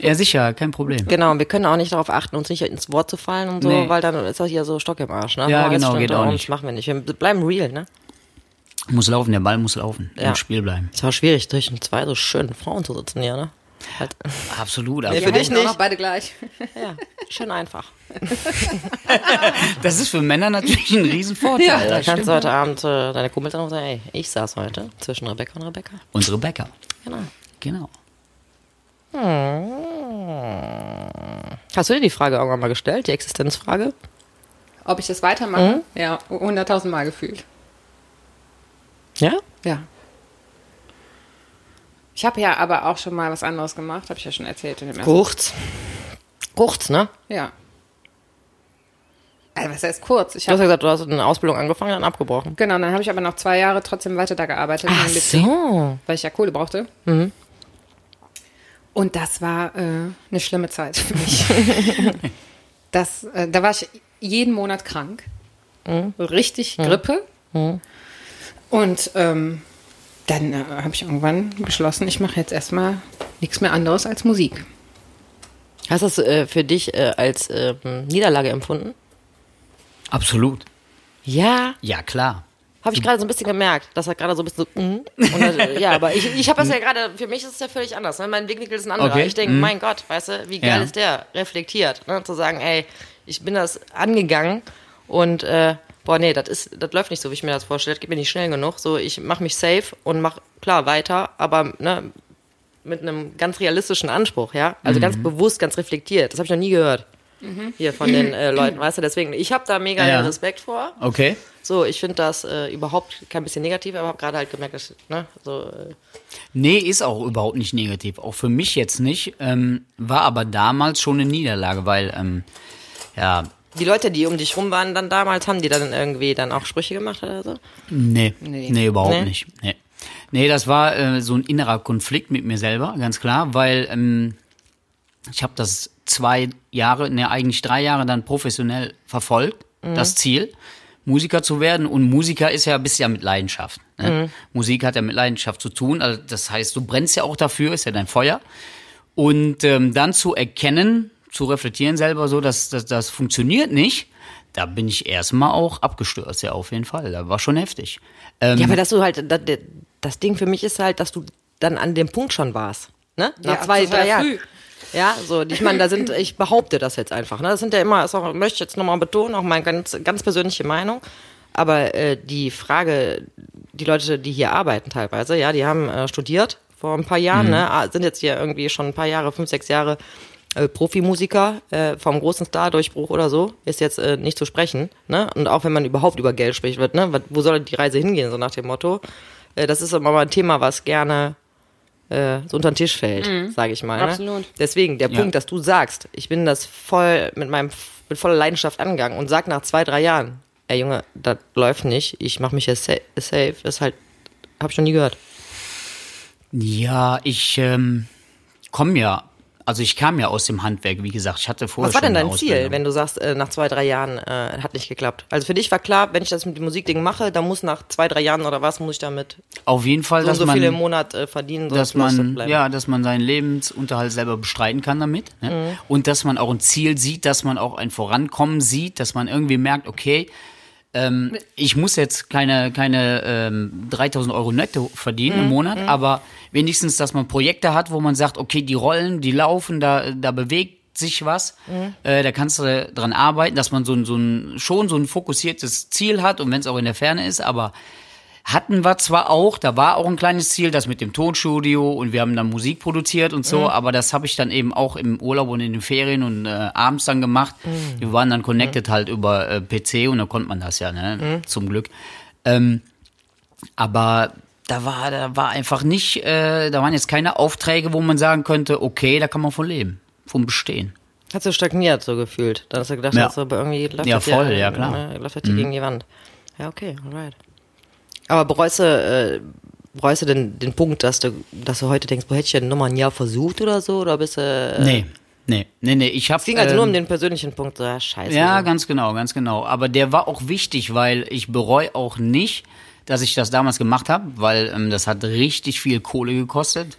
Ja, sicher, kein Problem.
Genau, und wir können auch nicht darauf achten, uns nicht ins Wort zu fallen und so,
Nee.
weil dann ist das hier so Stock im Arsch, ne?
Ja,
Oh, jetzt
genau,
stimmt,
geht auch
oh,
nicht.
Das machen wir nicht. Wir bleiben real, ne?
Muss laufen, der Ball muss laufen.
Ja.
Im Spiel bleiben.
Es war schwierig, zwischen zwei so schönen Frauen zu sitzen hier, ne? Halt,
Absolut.
Nee,
absolut.
für dich
Wir heißen auch
nicht.
noch beide gleich.
ja, schön einfach.
Das ist für Männer natürlich ein Riesenvorteil.
Ja,
Da
das
kannst
stimmt.
du heute Abend äh, deine Kumpels dann auch sagen, ey, ich saß heute zwischen Rebecca und Rebecca.
Und Rebecca.
Genau.
Genau.
Hast du dir die Frage irgendwann mal gestellt, die Existenzfrage?
Ob ich das weitermache? Ja, 100.000 Mal gefühlt.
Ja?
Ja. Ich habe ja aber auch schon mal was anderes gemacht, habe ich ja schon erzählt in dem ersten.
Kurz. Kurz, ne?
Ja. Also, was heißt kurz? Ich
Du hast
hab,
ja gesagt, du hast eine Ausbildung angefangen und dann abgebrochen.
genau, dann habe ich aber noch zwei Jahre trotzdem um weiter da gearbeitet, in dem Betrieb,
so.
weil ich ja Kohle brauchte.
Mhm.
Und das war äh, eine schlimme Zeit für mich. das, äh, da war ich jeden Monat krank.
Mhm.
Richtig Grippe. Und ähm, dann äh, habe ich irgendwann beschlossen, ich mache jetzt erstmal nichts mehr anderes als Musik.
Hast du das äh, für dich äh, als ähm, Niederlage empfunden?
Absolut.
Ja,
Ja, klar.
habe ich gerade so ein bisschen gemerkt, dass er gerade so ein bisschen so, mm, und dann, ja, aber ich, ich habe das ja gerade, für mich ist es ja völlig anders, ne? mein Blickwinkel ist ein anderer.
Hm. Okay,
Ich denke,
mm.
mein Gott, weißt du, wie geil
Ja.
ist der, reflektiert, ne? zu sagen, ey, ich bin das angegangen und, äh, boah, nee, das ist, das läuft nicht so, wie ich mir das vorstelle, das geht mir nicht schnell genug, so, ich mache mich safe und mache, klar, weiter, aber, ne, mit einem ganz realistischen Anspruch, ja, also ganz
Mhm.
bewusst, ganz reflektiert, das habe ich noch nie gehört. Hier von den äh, Leuten, weißt du, deswegen, ich habe da mega
Ja.
den Respekt vor.
Okay.
So, ich finde das äh, überhaupt kein bisschen negativ, aber habe gerade halt gemerkt, dass, ne, so, äh,
Nee, ist auch überhaupt nicht negativ. Auch für mich jetzt nicht. Ähm, war aber damals schon eine Niederlage, weil, ähm, ja,
die Leute, die um dich rum waren, dann damals, haben die dann irgendwie dann auch Sprüche gemacht oder so?
Nee, nee, überhaupt
Nee?
nicht. Nee. nee, das war äh, so ein innerer Konflikt mit mir selber, ganz klar, weil ähm, ich habe das zwei Jahre, ne, eigentlich drei Jahre dann professionell verfolgt, das Ziel, Musiker zu werden. Und Musiker ist ja, bist ja mit Leidenschaft. Ne? Musik hat ja mit Leidenschaft zu tun. Also das heißt, du brennst ja auch dafür, ist ja dein Feuer. Und ähm, dann zu erkennen, zu reflektieren selber so, dass, dass das funktioniert nicht, da bin ich erstmal auch abgestürzt, ja, auf jeden Fall. Da war schon heftig. Ähm,
Ja, aber dass du halt, das, das Ding für mich ist halt, dass du dann an dem Punkt schon warst, ne? Nach zwei,
das war
drei
ja
Jahren.
früh.
Ja, so, ich meine, da sind, ich behaupte das jetzt einfach. Ne? Das sind ja immer, ist auch, möchte ich jetzt nochmal betonen, auch meine ganz, ganz persönliche Meinung. Aber äh, die Frage, die Leute, die hier arbeiten teilweise, ja, die haben äh, studiert vor ein paar Jahren, ne? Ah, sind jetzt hier irgendwie schon ein paar Jahre, fünf, sechs Jahre äh, Profimusiker äh, vom großen Star-Durchbruch oder so, ist jetzt äh, nicht zu sprechen. Ne? Und auch wenn man überhaupt über Geld spricht, wird, ne? wo soll die Reise hingehen, so nach dem Motto. Äh, das ist immer mal ein Thema, was gerne äh, so unter den Tisch fällt, sage ich mal.
Absolut.
Ne? Deswegen, der
Ja.
Punkt, dass du sagst, ich bin das voll mit meinem mit voller Leidenschaft angegangen und sag nach zwei, drei Jahren, ey Junge, das läuft nicht, ich mache mich jetzt sa safe, ist halt, hab ich noch nie gehört.
ja, ich ähm, komme ja, also ich kam ja aus dem Handwerk, wie gesagt. Ich hatte vorher
Was war
schon
denn dein
eine
Ziel,
Ausbildung.
wenn du sagst, äh, nach zwei, drei Jahren äh, hat nicht geklappt? Also für dich war klar, wenn ich das mit dem Musikding mache, dann muss nach zwei, drei Jahren oder was, muss ich damit
Auf jeden Fall,
so und
dass
so
man...
viele im Monat äh, verdienen, sonst
dass
muss das
man
bleiben.
ja, dass man seinen Lebensunterhalt selber bestreiten kann damit ne? und dass man auch ein Ziel sieht, dass man auch ein Vorankommen sieht, dass man irgendwie merkt, okay, ähm, ich muss jetzt keine keine ähm, 3000 Euro netto verdienen im Monat, aber wenigstens, dass man Projekte hat, wo man sagt, okay, die rollen, die laufen, da da bewegt sich was, äh, da kannst du dran arbeiten, dass man so ein, so ein schon so ein fokussiertes Ziel hat und wenn es auch in der Ferne ist, aber hatten wir zwar auch, da war auch ein kleines Ziel, das mit dem Tonstudio und wir haben dann Musik produziert und
Mhm.
so, aber das habe ich dann eben auch im Urlaub und in den Ferien und äh, abends dann gemacht.
Mhm.
Wir waren dann connected halt über äh, PC und da konnte man das ja,
Mhm.
ne? Zum Glück. Ähm, aber da war, da war einfach nicht, äh, da waren jetzt keine Aufträge, wo man sagen könnte, okay, da kann man von leben, vom Bestehen.
Hat so stagniert, so gefühlt. Dann hast du gedacht,
Ja.
dass du aber irgendwie läuft
Ja,
das
voll,
hier,
ja, klar. Mhm.
äh, läuft das hier gegen die Wand. Ja, okay, alright. Aber bereust du, äh, bereust du den, den Punkt, dass du, dass du heute denkst, boah, hätte ich ja nochmal ein Jahr versucht oder so? Oder bist du. Äh,
Nee, nee, nee, nee. Ich hab,
Es ging also nur um
ähm,
den persönlichen Punkt, so, ja, scheiße.
Ja, ganz genau, ganz genau. Aber der war auch wichtig, weil ich bereue auch nicht, dass ich das damals gemacht habe, weil ähm, das hat richtig viel Kohle gekostet.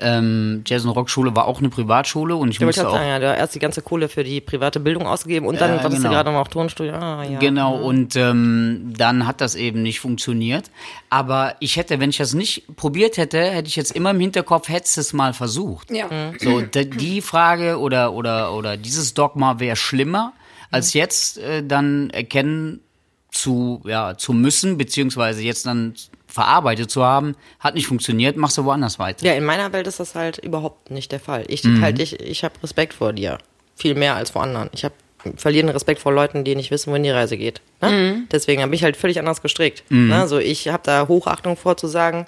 Ähm, Jazz und Rockschule war auch eine Privatschule und ich
Ich Mhm. wollte
musste
gerade
auch
sagen, ja, du hast erst die ganze Kohle für die private Bildung ausgegeben und dann
Ja,
warst du
genau.
gerade noch Tonstudio. Ah, ja.
Genau, und ähm, dann hat das eben nicht funktioniert. Aber ich hätte, wenn ich das nicht probiert hätte, hätte ich jetzt immer im Hinterkopf, hättest du es mal versucht.
Ja.
Mhm.
So, d- die Frage oder, oder, oder dieses Dogma wäre schlimmer, als jetzt äh, dann erkennen zu, ja, zu müssen, beziehungsweise jetzt dann verarbeitet zu haben, hat nicht funktioniert, machst du woanders weiter.
Ja, in meiner Welt ist das halt überhaupt nicht der Fall. Ich
Mhm.
halt, ich, ich habe Respekt vor dir. Viel mehr als vor anderen. Ich habe verlierenden Respekt vor Leuten, die nicht wissen, wohin die Reise geht. Ne?
Mhm.
Deswegen bin ich halt völlig anders gestrickt. Ne? So, ich habe da Hochachtung vor zu sagen,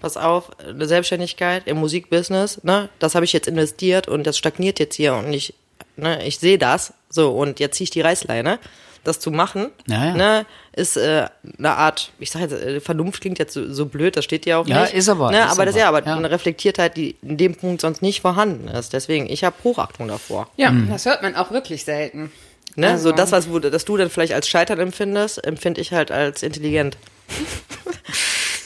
pass auf, eine Selbstständigkeit im Musikbusiness, ne? das habe ich jetzt investiert und das stagniert jetzt hier und ich, ne? ich sehe das so und jetzt ziehe ich die Reißleine. Das zu machen,
Ja, ja.
Ne, ist äh, eine Art, ich sage jetzt, äh, Vernunft klingt jetzt so, so blöd, das steht ja auch
Ja,
nicht.
ist aber,
Ne,
ist
aber das
aber,
ja, aber
ja.
eine Reflektiertheit, die in dem Punkt sonst nicht vorhanden ist. Deswegen, ich habe Hochachtung davor.
Ja, das hört man auch wirklich selten.
Ne?
Also-
So das, was wo, das du dann vielleicht als Scheitern empfindest, empfinde ich halt als intelligent.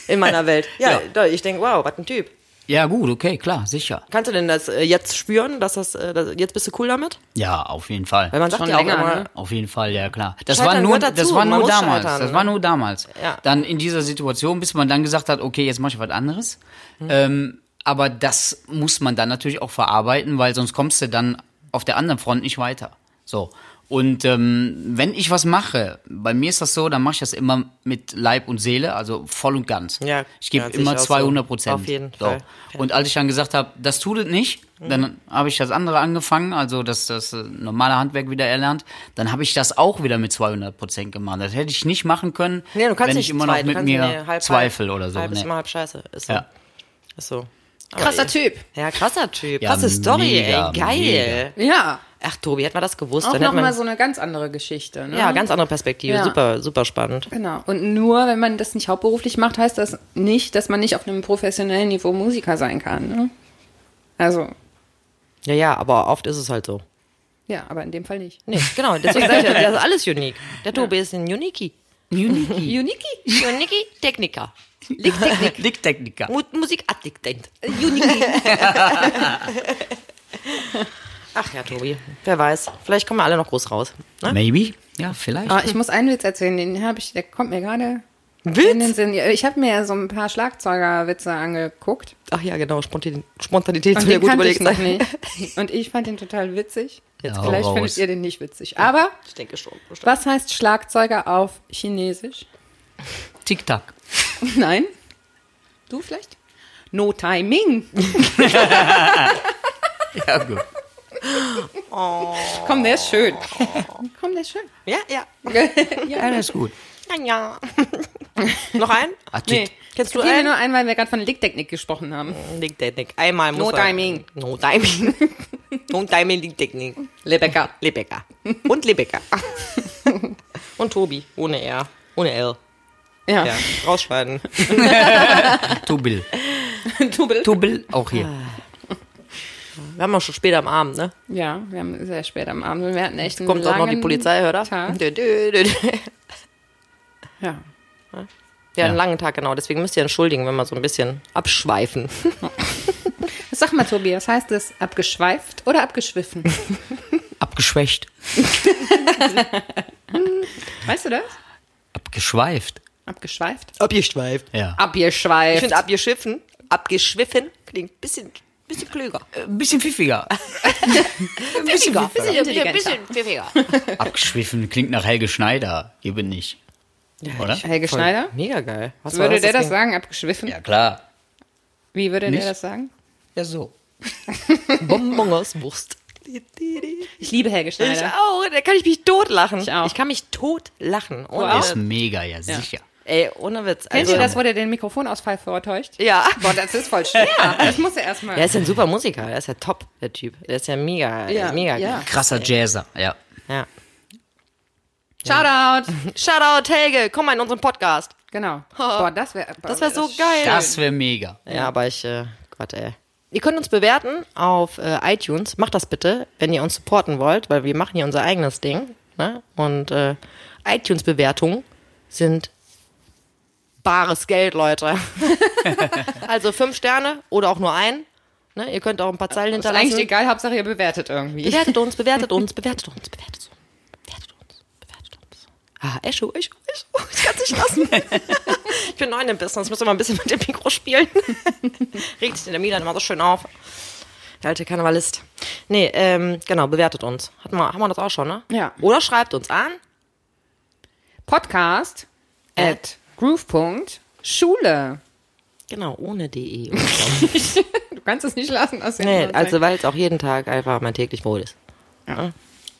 in meiner Welt. Ja,
Ja.
Da, ich denke, wow, was ein Typ.
Ja, gut, okay, klar, sicher.
Kannst du denn das äh, jetzt spüren, dass das, äh, das jetzt bist du cool damit?
Ja, auf jeden Fall.
Weil man sagt
Schon
ja auch
länger,
immer,
ne?
Auf jeden Fall, ja klar. Das
Scheitern
war nur,
gehört dazu,
das war
man
nur
muss
damals.
scheitern,
das
ne?
war nur damals.
Ja.
Dann in dieser Situation, bis man dann gesagt hat, okay, jetzt mache ich was anderes.
Mhm.
Ähm, aber das muss man dann natürlich auch verarbeiten, weil sonst kommst du dann auf der anderen Front nicht weiter. So. Und ähm, wenn ich was mache, bei mir ist das so, dann mache ich das immer mit Leib und Seele, also voll und ganz.
Ja,
ich gebe
ja, sehe
immer
ich auch so.
200 Prozent.
Auf jeden
so.
Fall.
Und als ich dann gesagt habe, das tut es nicht,
Mhm.
dann habe ich das andere angefangen, also das, das äh, normale Handwerk wieder erlernt, dann habe ich das auch wieder mit 200 Prozent gemacht. Das hätte ich nicht machen können,
nee, du kannst
wenn
nicht
ich immer
zwei,
noch
du
mit
kannst-
mir
nee, halb, halb.
zweifel oder so. ne.
Halb ist
Nee.
immer halb scheiße. Ist so.
Ja.
Ist so. Aber
Krasser
ich-
Typ.
Ja, krasser Typ.
Ja,
Krasse Story,
mega,
ey. Geil.
mega.
Ja,
Ach, Tobi, hätten wir das gewusst,
auch
dann hätten
nochmal
wir.
so eine ganz andere Geschichte. Ne?
Mhm. ja, ganz andere Perspektive.
Ja.
Super, super spannend.
Genau. Und nur, wenn man das nicht hauptberuflich macht, heißt das nicht, dass man nicht auf einem professionellen Niveau Musiker sein kann. Ne? Also,
Ja, ja, aber oft ist es halt so.
ja, aber in dem Fall nicht.
Nee, genau, deswegen sage ich ja, das ist alles unique. Der Tobi ist ein Uniki.
Uniki.
Uniki.
Uniki Techniker. Licktechnik.
Licktechniker.
Mu Musikaddiktend.
Uniki.
Ach ja, Tobi. Wer weiß. Vielleicht kommen wir alle noch groß raus. Ne?
Maybe? Ja, vielleicht.
Ah, ich muss einen Witz erzählen, den habe ich, der kommt mir gerade in den
Witz?
Sinn. Ja, Ich habe mir ja so ein paar Schlagzeugerwitze angeguckt.
Ach ja, genau. Spontan Spontanität
Und
zu der
den
gut ne?
kannte ich
überlegt.
noch
sein.
nicht. Und ich fand den total witzig.
Jetzt hau
Vielleicht
raus.
findet ihr den nicht witzig. Aber
Ich denke schon. bestimmt.
was heißt Schlagzeuger auf Chinesisch?
Ah, Tic-Tac.
Nein. Du vielleicht? No timing.
Ja, gut.
Komm, der ist schön. Komm, der ist schön.
Ja, ja.
Ja, das ist gut.
Ja, ja. noch ein?
Ah, tic.
Nee.
Kennst du
Ich will
einen?
nur ein, weil wir gerade von Licktechnik gesprochen haben.
Licktechnik. Einmal muss
No
er-
timing.
No timing. no timing Licktechnik.
Lebecker.
Lebecker. Und Lebecker. Und Tobi. Ohne R. Ohne L.
Ja.
Ja. Rausschneiden.
Tubil.
Double.
Tubil auch
Ah.
hier.
Wir haben auch schon später am Abend, ne?
Ja, wir haben sehr spät am Abend. und Wir hatten echt einen
Kommt auch noch die
langen
Polizei, oder?
Tag.
Dö, dö, dö, dö.
Ja.
Ja, einen
Ja.
langen Tag, genau. Deswegen müsst ihr entschuldigen, wenn wir so ein bisschen abschweifen.
Sag mal, Tobias, heißt es abgeschweift oder abgeschwiffen?
Abgeschwächt.
Weißt du das?
Abgeschweift.
Abgeschweift?
Oh. Abgeschweift.
Ja.
Ich
Abgeschweift.
finde abgeschiffen, abgeschwiffen klingt ein bisschen, bisschen klüger.
Ein Äh, bisschen pfiffiger.
Ein bisschen
bisschen
pfiffiger. Ein
intelligenter.
bisschen pfiffiger.
Abgeschwiffen klingt nach Helge Schneider. Eben nicht. Oder?
Helge Schneider?
Mega geil. Was war
Würde der das
Ding?
sagen, abgeschwiffen?
Ja, klar.
Wie würde
Nicht?
der das sagen?
Ja, so.
Bonbon aus Wurst.
Ich liebe Helge
Ich
Schneider.
auch, da kann ich mich totlachen.
Ich auch.
kann mich totlachen. Oh,
Wow.
wow.
Ist mega, ja, sicher.
Ey, ohne Witz.
Kennt
Also,
ihr das, wo der den Mikrofonausfall vortäuscht?
Ja.
Boah, das ist voll schwer. Das muss er erstmal.
Der ist ein super Musiker, der ist ja top, der Typ. Der ist ja mega, der
Ja,
ist mega
ja.
Krasser Jazzer, ja.
geil. Ja.
Shoutout!
Shoutout Helge, komm mal in unseren Podcast.
Genau. Boah, das wäre
Oh, Das wäre so geil.
Das wäre mega.
Ja, aber ich, äh, Gott, ey. Ihr könnt uns bewerten auf äh, iTunes. Macht das bitte, wenn ihr uns supporten wollt, weil wir machen hier unser eigenes Ding. Ne? Und äh, iTunes-Bewertungen sind bares Geld, Leute. also fünf Sterne oder auch nur ein. Ne? Ihr könnt auch ein paar Zeilen
Ist eigentlich
hinterlassen.
egal, Hauptsache ihr bewertet irgendwie.
Bewertet uns, bewertet uns, bewertet uns, bewertet uns. Bewertet uns, bewertet uns. Ah, Echo, Echo, Echo. Ich kann es nicht lassen. ich bin neu in dem Business, muss immer ein bisschen mit dem Mikro spielen. Regt sich in der Milan immer so schön auf. Der alte Karnevalist. Nee, ähm, genau, bewertet uns. Hatten wir, haben wir das auch schon, ne?
Ja.
Oder schreibt uns an.
Podcast at groove.schule.
Genau, ohne DE.
Du kannst es nicht lassen. Aus
nee, also weil es auch jeden Tag einfach mein täglich Brot ist.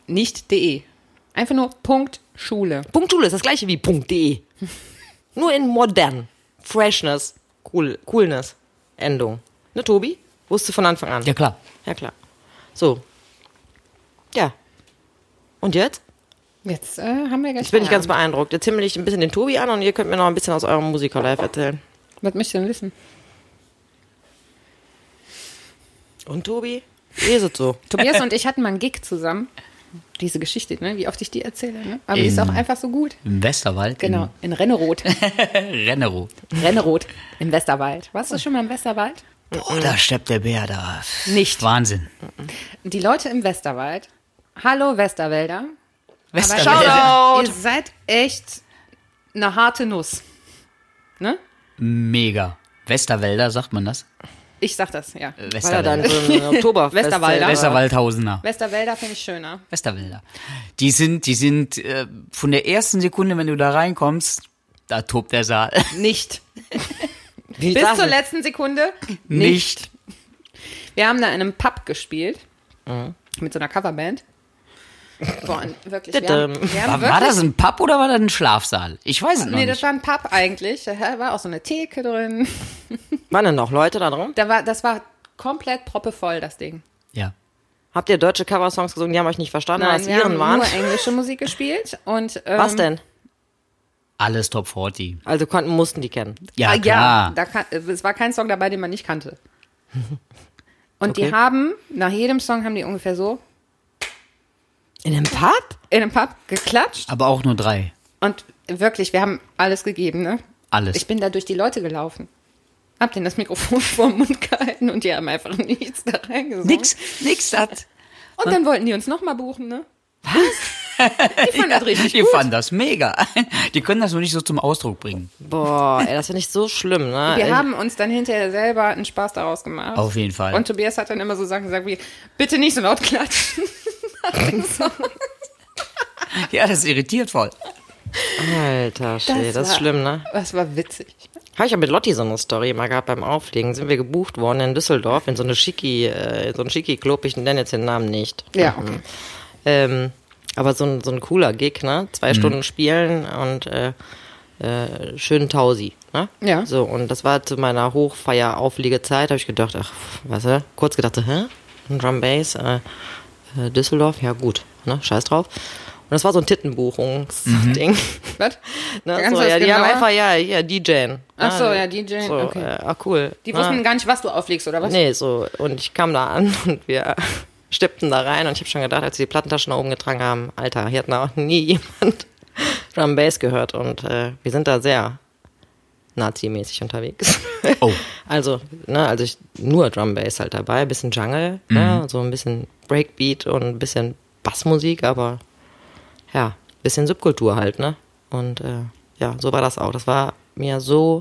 nicht de. Einfach nur Punkt Schule.
Punkt Schule ist das gleiche wie Punkt .de. Nur in modern. Freshness. Cool, Coolness. Endung. Ne, Tobi? Wusste von Anfang an.
Ja, klar.
Ja, klar. So. Ja. Und jetzt?
Jetzt äh, haben wir gleich.
Jetzt bin ich ganz
Feierabend.
beeindruckt. Jetzt himmel ich ein bisschen den Tobi an und ihr könnt mir noch ein bisschen aus eurem Musiker-Live erzählen.
Was möchtest du denn wissen?
Und Tobi? Wie ist es so?
Tobias und ich hatten mal einen Gig zusammen. Diese Geschichte, ne? wie oft ich die erzähle. Ne? Aber die ist
In-
auch einfach so gut.
Im Westerwald.
Genau, in Renneroth.
In Rennerow.
Renneroth im Westerwald. Warst du schon mal im Westerwald?
Boah, da steppt der Bär da.
Nicht.
Wahnsinn.
Die Leute im Westerwald. Hallo Westerwälder.
Westerwald.
Shoutout.
Ihr seid echt eine harte Nuss. Ne?
Mega. Westerwälder, sagt man das?
Ich sag das, ja.
Äh,
Weil er dann
Westerwälder.
so ein Oktoberfest
Westerwalder.
Westerwaldhausener.
Westerwälder finde ich schöner.
Westerwälder. Die sind, die sind äh, von der ersten Sekunde, wenn du da reinkommst, da tobt der Saal.
Nicht.
Wie
Bis
sag's?
zur letzten Sekunde nicht. Wir haben da in einem Pub gespielt.
Mhm.
Mit so einer Coverband. Boah, und wirklich. Wir haben, wir haben
War,
wirklich Ah,
war das ein Pub oder war das ein Schlafsaal? Ich weiß es noch
Nee, das
nicht.
war ein Pub eigentlich. Da war auch so eine Theke drin.
Waren denn noch Leute da drum?
Da war, das war komplett proppevoll, das Ding.
Ja.
Habt ihr deutsche Cover-Songs gesungen? Die haben euch nicht verstanden, weil es
wir haben
Iren waren.
nur englische Musik gespielt. Und, ähm,
Was denn?
Alles Top 40.
Also konnten, mussten die kennen.
Ja,
ah,
klar.
ja da kann, äh, es war kein Song dabei, den man nicht kannte. Und
Okay.
die haben, nach jedem Song haben die ungefähr so
In einem Pub?
in einem Pub geklatscht.
Aber auch nur drei.
Und wirklich, wir haben alles gegeben, ne?
Alles.
Ich bin da durch die Leute gelaufen. Hab denen das Mikrofon vor den Mund gehalten und die haben einfach nichts da reingesungen.
Nix, nix hat.
Und dann wollten die uns nochmal buchen, ne? Was? Die fanden das richtig
Die
gut.
fanden das mega. Die können das nur nicht so zum Ausdruck bringen.
Boah, ey, das finde ich so schlimm, ne?
Wir
Ey,
haben uns dann hinterher selber einen Spaß daraus gemacht.
Auf jeden Fall.
Und Tobias hat dann immer so Sachen gesagt wie, bitte nicht so laut klatschen. Nach dem Song.
Ja, das irritiert voll.
Alter, Schee, das, ist
war-
schlimm, ne?
Das war witzig.
Habe ich ja mit Lotti so eine Story mal gehabt beim Auflegen. Sind wir gebucht worden in Düsseldorf in so eine schicki, äh, in so einen schicki Club. Ich nenne jetzt den Namen nicht.
Ja, okay.
Ähm, aber so ein, so ein cooler Gig, ne? Zwei Stunden spielen und äh, äh, schönen Tausi, ne?
Ja.
So, und das war zu meiner Hochfeier-Aufliegezeit, habe ich gedacht, ach, was, äh? kurz gedacht, so, hä? Ein Drum Bass, äh, äh, Düsseldorf, ja gut, ne? Scheiß drauf. Und das war so ein Tittenbuchungsding.
Was?
Ne?
Kannst
So,
du das
ja, die haben
genauer?
einfach, ja, ja, DJen.
Ach
ne?
so, ja, DJ.
So,
okay.
äh, ach cool.
Die
ne?
wussten gar nicht, was du auflegst, oder was?
Nee, so, und ich kam da an und wir steppten da rein und ich habe schon gedacht, als sie die Plattentaschen nach oben getragen haben, Alter, hier hat noch nie jemand Drum Bass gehört und äh, wir sind da sehr Nazi-mäßig unterwegs.
Oh.
Also, ne, also ich, nur Drum Bass halt dabei, bisschen Jungle, ne, so ein bisschen Breakbeat und ein bisschen Bassmusik, aber ja, bisschen Subkultur halt, ne? Und äh, ja, so war das auch. Das war mir so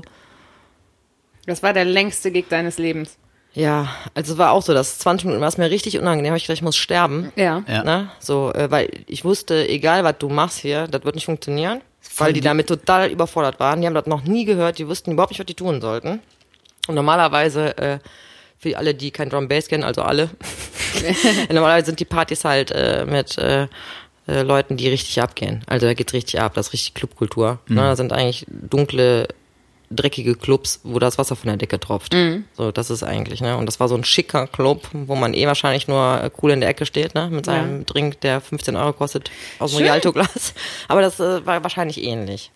Das war der längste Gig deines Lebens.
Ja, also war auch so, dass 20 Minuten war es mir richtig unangenehm, hab ich gedacht, ich muss sterben.
Ja.
Ja.
Ne? So, äh, weil ich wusste, egal was du machst hier, das wird nicht funktionieren, weil die damit total überfordert waren. Die haben das noch nie gehört, die wussten überhaupt nicht, was die tun sollten. Und normalerweise, äh, für alle, die kein Drum Bass kennen, also alle, normalerweise sind die Partys halt äh, mit äh, äh, Leuten, die richtig abgehen. Also da geht's richtig ab, das ist richtig Clubkultur. Ne? Da sind eigentlich dunkle, dreckige Clubs, wo das Wasser von der Decke tropft. So, das ist eigentlich, ne? Und das war so ein schicker Club, wo man eh wahrscheinlich nur äh, cool in der Ecke steht, ne? Mit seinem Drink, der 15 Euro kostet, aus dem
Schön.
Rialto-Glas. Aber das äh, war wahrscheinlich ähnlich.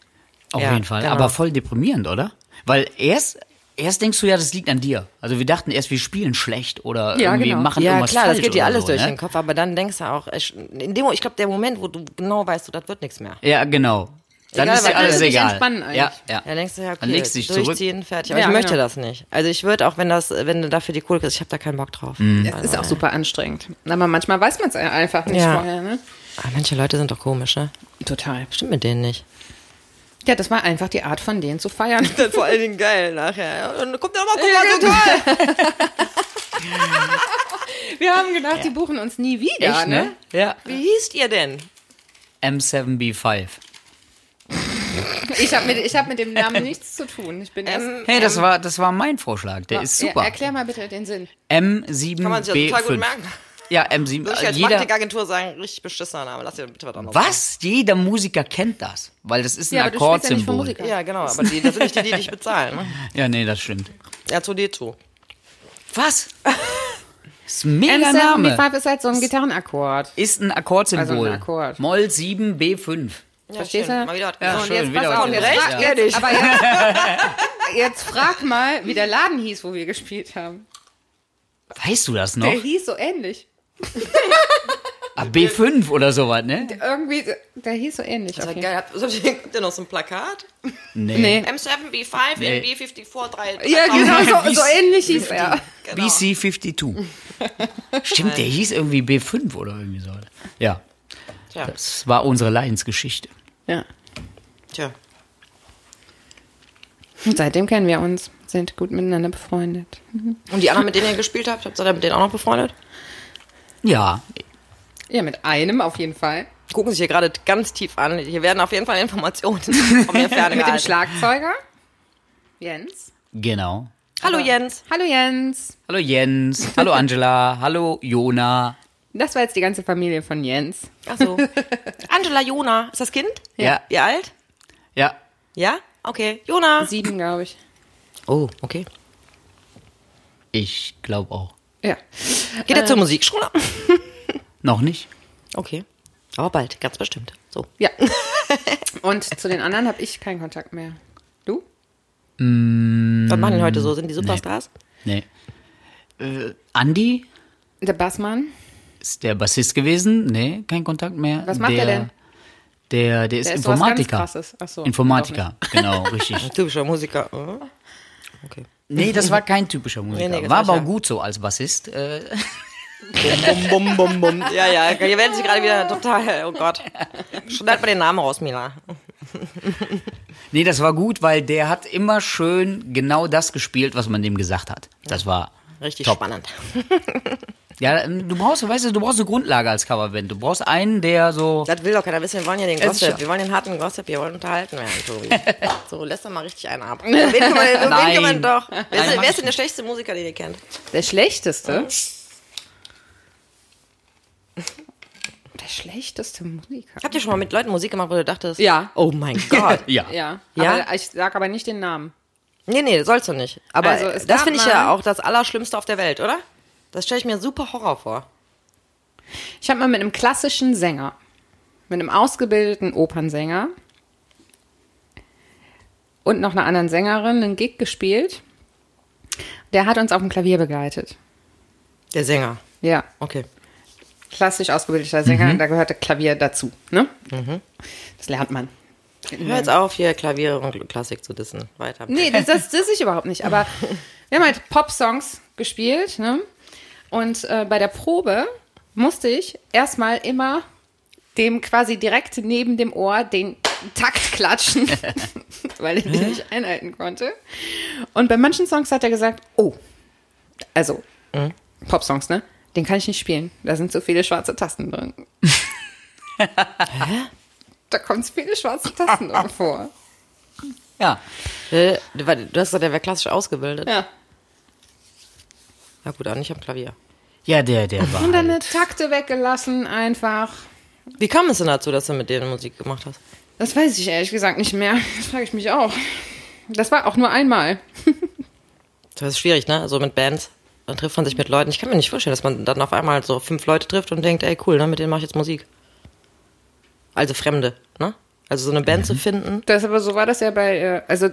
Auf
Ja,
jeden Fall.
genau.
Aber voll deprimierend, oder? Weil erst, erst denkst du ja, das liegt an dir. Also wir dachten erst, wir spielen schlecht oder
Ja,
irgendwie
genau.
machen
Ja,
irgendwas
klar,
falsch.
das geht dir
oder
alles
so,
durch
ne?
den Kopf, aber dann denkst du auch, ich, in dem, ich glaube, der Moment, wo du genau weißt, so, das wird nichts mehr.
Ja, genau. Dann
Egal,
ist dir
weil dann
alles
kannst du dich
egal.
entspannen eigentlich.
Ja, ja.
Dann denkst du, ja, okay,
Dann legst du dich zurück.
durchziehen, fertig. Aber
Ja,
ich möchte
genau.
das nicht. Also ich würde auch, wenn das, wenn du dafür die Kohle kriegst, ich habe da keinen Bock drauf.
Mhm.
Das ist auch super anstrengend. Aber manchmal weiß man es einfach nicht
Ja.
vorher, ne?
Aber Ah, manche Leute sind doch komisch, ne?
Total.
Stimmt mit denen nicht.
Ja, das war einfach die Art von denen zu feiern.
Vor allen Dingen geil nachher. Und dann kommt der mal, guck
mal, so
toll.
Wir haben gedacht, die buchen uns nie wieder,
Echt,
ne?
ne? Ja.
Wie hießt ihr denn?
M7B5.
Ich habe mit, ich hab mit dem Namen nichts zu tun. Ich bin erst.
Hey, das war, das war mein Vorschlag. Der ist
Ja,
super.
erklär mal bitte den Sinn.
M7B5.
Kann man sich ja total gut merken.
Ja,
Würde
M7.
ich als
Äh, Jeder,
Praktikagentur sagen, richtig beschissener Name. Lass dir bitte was anderes.
was? Jeder Musiker kennt das. Weil das ist ein
Ja, aber du spielst ja nicht von
Akkordsymbol.
Musik.
Ja, genau, aber die, das sind nicht die, die dich bezahlen. Ne?
Ja, nee, das stimmt.
R2D2.
Was? ist ein mega Name.
M75 ist halt so ein Gitarrenakkord.
Ist ein Akkordsymbol.
Also ein Akkord.
Moll 7B5.
Ja,
Verstehst
schön.
du?
Mal wieder was-
Ja,
so, und
schön,
jetzt
wieder
pass
was
auf, jetzt,
anderes.
fra
Ja.
jetzt, aber jetzt, jetzt frag mal, wie der Laden hieß, wo wir gespielt haben.
Weißt du das noch?
Der hieß so ähnlich.
Ah, B5 oder sowas, ne?
Irgendwie, der hieß so ähnlich.
Das war
Okay.
geil. Habt- Habt ihr noch so ein Plakat?
Nee.
M7B5
Nee.
NB54 3.
Ja, genau, so,
Wie-
so ähnlich hieß er.
Genau.
BC52. Stimmt, der hieß irgendwie B5 oder irgendwie so. Ja,
Tja,
das war unsere Leidensgeschichte.
Ja.
tja.
Und seitdem kennen wir uns, sind gut miteinander befreundet.
Und die anderen, mit denen ihr gespielt habt, habt ihr dann mit denen auch noch befreundet?
Ja,
Ja, mit einem auf jeden Fall.
Gucken sich hier gerade ganz tief an. Hier werden auf jeden Fall Informationen von mir ferne
Mit dem
gehalten.
Schlagzeuger. Jens.
genau.
Hallo Jens.
Hallo Jens.
Hallo Jens, hallo Angela, hallo Jona.
Das war jetzt die ganze Familie von Jens.
Achso. Angela Jona. Ist das Kind?
Ja.
Wie alt?
Ja.
Ja? Okay. Jona.
Sieben, glaube ich.
Oh, okay.
Ich glaube auch.
Ja.
Geht er
Äh.
zur Musikschule?
Noch nicht?
Okay. Aber bald, ganz bestimmt. So.
Ja. Und zu den anderen habe ich keinen Kontakt mehr. Du?
Was
Mm,
machen die heute so? Sind die Superstars?
Nee. Äh, Andi
Der Bassmann.
ist der Bassist gewesen. Nee, kein Kontakt mehr.
Was macht
der,
er denn?
Der, der ist
Der ist sowas
Informatiker.
ganz Krasses. Ach so,
Informatiker, genau, richtig.
Typischer Musiker. Mhm. Okay.
Nee, das war kein typischer Musiker.
Nee, nee, das
war
weiß ich
aber auch
ja.
gut so als Bassist. Äh,
Bum, bum, bum, bum. Ja, ja, hier werden sie gerade wieder total, oh Gott. Schneid mal den Namen raus, Mila.
Nee, das war gut, weil der hat immer schön genau das gespielt, was man dem gesagt hat. Das war
Richtig
top.
spannend.
Ja, ähm, du brauchst, weißt du, du brauchst eine Grundlage als Coverband. Du brauchst einen, der so.
Das will doch keiner wissen, wir wollen ja den
Es ist
Gossip,
ja-
wir wollen den harten Gossip, wir wollen unterhalten werden, Tobi. So, lässt doch mal richtig einen ab. Wen kann man, wen kann man
Nein.
doch? Wer
Nein,
ist, denn-
mach
wer
ich
ist denn der schlechteste Musiker, den ihr kennt?
Der schlechteste. Der schlechteste Musiker.
Habt ihr schon mal mit Leuten Musik gemacht, wo du dachtest?
Ja.
Oh mein Gott.
Ja.
Ja.
Ja?
Aber ich sag aber nicht den Namen.
Nee, nee, sollst du nicht. Aber
Also, es
das
gab
finde ich ja
mal-
auch das Allerschlimmste auf der Welt, oder? Das stelle ich mir super Horror vor.
Ich habe mal mit einem klassischen Sänger, mit einem ausgebildeten Opernsänger und noch einer anderen Sängerin einen Gig gespielt. Der hat uns auf dem Klavier begleitet.
Der Sänger.
Ja,
Okay.
klassisch ausgebildeter Sänger, da gehörte Klavier dazu. Ne? Das lernt man.
Hör jetzt auf, hier Klaviere und Klassik zu dissen. Weiter.
Nee, das, das, das ich überhaupt nicht. Aber wir haben halt Pop-Songs gespielt. Ne? Und äh, bei der Probe musste ich erstmal immer dem quasi direkt neben dem Ohr den Takt klatschen, weil ich den nicht einhalten konnte. Und bei manchen Songs hat er gesagt, oh, also Pop-Songs, ne? Den kann ich nicht spielen. Da sind so viele schwarze Tasten drin. Da kommen so viele schwarze Tasten drin vor.
Ja.
Äh, warte, Du hast gesagt, der wäre klassisch ausgebildet.
Ja.
Na gut, auch nicht am Klavier.
Ja, der, der war.
Und dann eine Takte weggelassen einfach.
Wie kam es denn dazu, dass du mit denen Musik gemacht hast?
Das weiß ich ehrlich gesagt nicht mehr. Das frage ich mich auch. Das war auch nur einmal.
Das ist schwierig, ne? So mit Bands. Dann trifft man sich mit Leuten. Ich kann mir nicht vorstellen, dass man dann auf einmal so fünf Leute trifft und denkt, ey, cool, ne? Mit denen mache ich jetzt Musik. Also Fremde, ne? Also so eine Band zu finden.
Das aber so war das ja bei, äh, also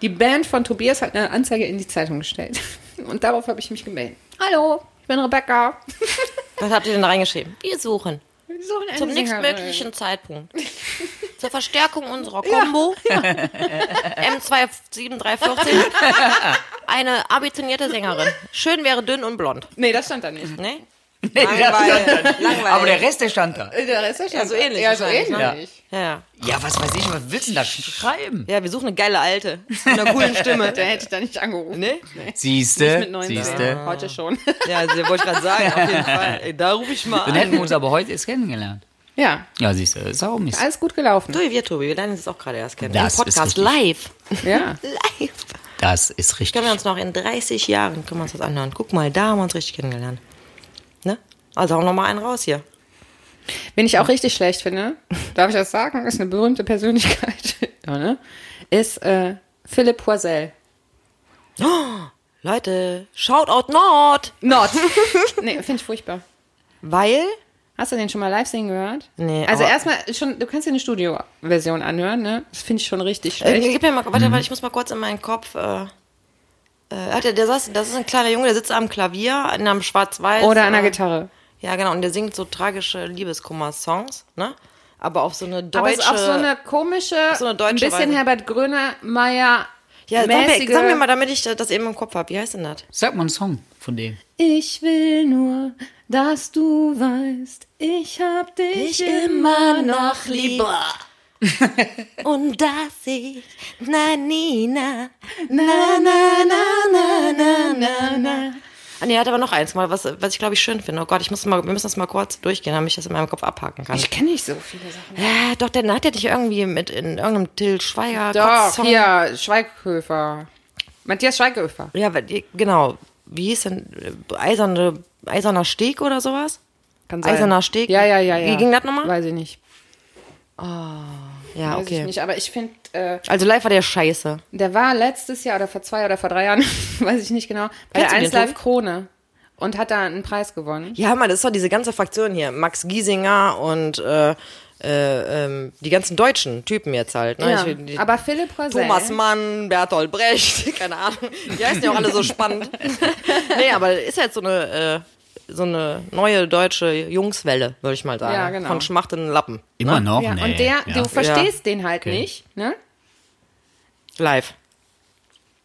die Band von Tobias hat eine Anzeige in die Zeitung gestellt. Und darauf habe ich mich gemeldet. Hallo, ich bin Rebecca.
Was habt ihr denn da reingeschrieben? Wir suchen.
Wir suchen eine
Zum
Sängerin.
nächstmöglichen Zeitpunkt. Zur Verstärkung unserer Combo M27340 eine ambitionierte Sängerin. Schön wäre dünn und blond.
Nee, das stand da nicht.
Ne?
Langweilig.
Langweilig.
Aber der Rest, der stand da.
Der Rest ja,
so ähnlich
Ja, so
wahrscheinlich,
ähnlich.
ne?
Ja.
Ja, was weiß ich, was willst du denn da schreiben?
ja, wir suchen eine geile Alte mit einer coolen Stimme.
Der hätte ich da nicht angerufen.
Ne?
Mit
Siehste,
19.
siehste.
Heute schon.
Ja, also, wollte ich gerade sagen, auf jeden Fall. Ey, Da rufe ich mal
Dann
an.
hätten wir uns aber heute erst kennengelernt.
Ja,
Ja, siehste, ist auch Mist.
alles gut gelaufen.
So wie wir, Tobi, wir lernen uns auch gerade erst kennen.
Das
Im Podcast
ist richtig.
live.
Ja.
Live.
Das ist richtig.
Können wir uns noch in 30 Jahren können wir uns das anhören. Guck mal, da haben wir uns richtig kennengelernt. Ne? Also auch nochmal einen raus hier.
Wen ich auch richtig schlecht finde, darf ich das sagen, ist eine berühmte Persönlichkeit, ja, ne? ist äh, Philipp Poisel.
Leute, Shoutout Nord!
Not. nee, finde ich furchtbar.
Weil?
Hast du den schon mal live singen gehört?
Nee,
Also
aber-
erstmal schon, du kannst dir eine Studioversion anhören, ne? Das finde ich schon richtig
Äh,
schlecht.
gib mir mal,
Mhm.
warte, warte, ich muss mal kurz in meinen Kopf. Äh, äh, Alter, der saß, das ist ein kleiner Junge, der sitzt am Klavier, in einem Schwarz-Weiß.
Oder an der
äh,
Gitarre.
Ja, genau, und der singt so tragische Liebeskummer-Songs, ne? Aber auf so eine deutsche.
Aber es ist auch so eine komische,
so eine deutsche
ein bisschen
Weise.
Herbert Grönemeyer
ja, sag mir,
mäßige.
sag mir mal, damit ich das eben im Kopf habe. Wie heißt denn das?
Sag mal einen Song von dem.
Ich will nur, dass du weißt, ich hab dich immer noch lieb.
Und dass ich, na, Nina.
Na, na, na, na, na, na, na.
Ah, nee, er hat aber noch eins mal, was, was ich glaube ich schön finde. Oh Gott, ich muss mal, wir müssen das mal kurz durchgehen, damit ich das in meinem Kopf abhaken kann.
Ich kenne nicht so viele Sachen.
Äh, doch, der hat ja dich irgendwie mit in irgendeinem Till Schweiger
Doch,
Kotzsong-
hier, Schweighöfer. Matthias Schweighöfer.
Ja, aber die- genau. Wie hieß denn? äh, Eiserne, Eiserner Steg oder sowas?
Kann
Eiserner Steg?
Ja, ja, ja, ja.
Wie ging das nochmal?
Weiß ich nicht.
Ja,
Weiß ich
okay.
nicht, aber ich finde, äh,
Also live war der scheiße.
der war letztes Jahr oder vor zwei oder vor drei Jahren, weiß ich nicht genau, bei
Kennst
der
du den,
1 Live
Tobi?
Krone und hat da einen Preis gewonnen.
Ja, Mann, das ist doch diese ganze Fraktion hier. Max Giesinger und äh, äh, ähm, die ganzen deutschen Typen jetzt halt. Ne?
Ja,
Ich, die,
aber Philipp Rosell.
Thomas Mann, Bertolt Brecht, keine Ahnung. Die heißen ja auch alle so spannend. nee, aber ist jetzt so eine, äh, so eine neue deutsche Jungswelle, würde ich mal sagen.
Ja, genau.
Von schmachtenden Lappen.
Immer noch?
Ja,
nee.
und der,
ja.
du verstehst den halt
Okay.
nicht, ne?
Live.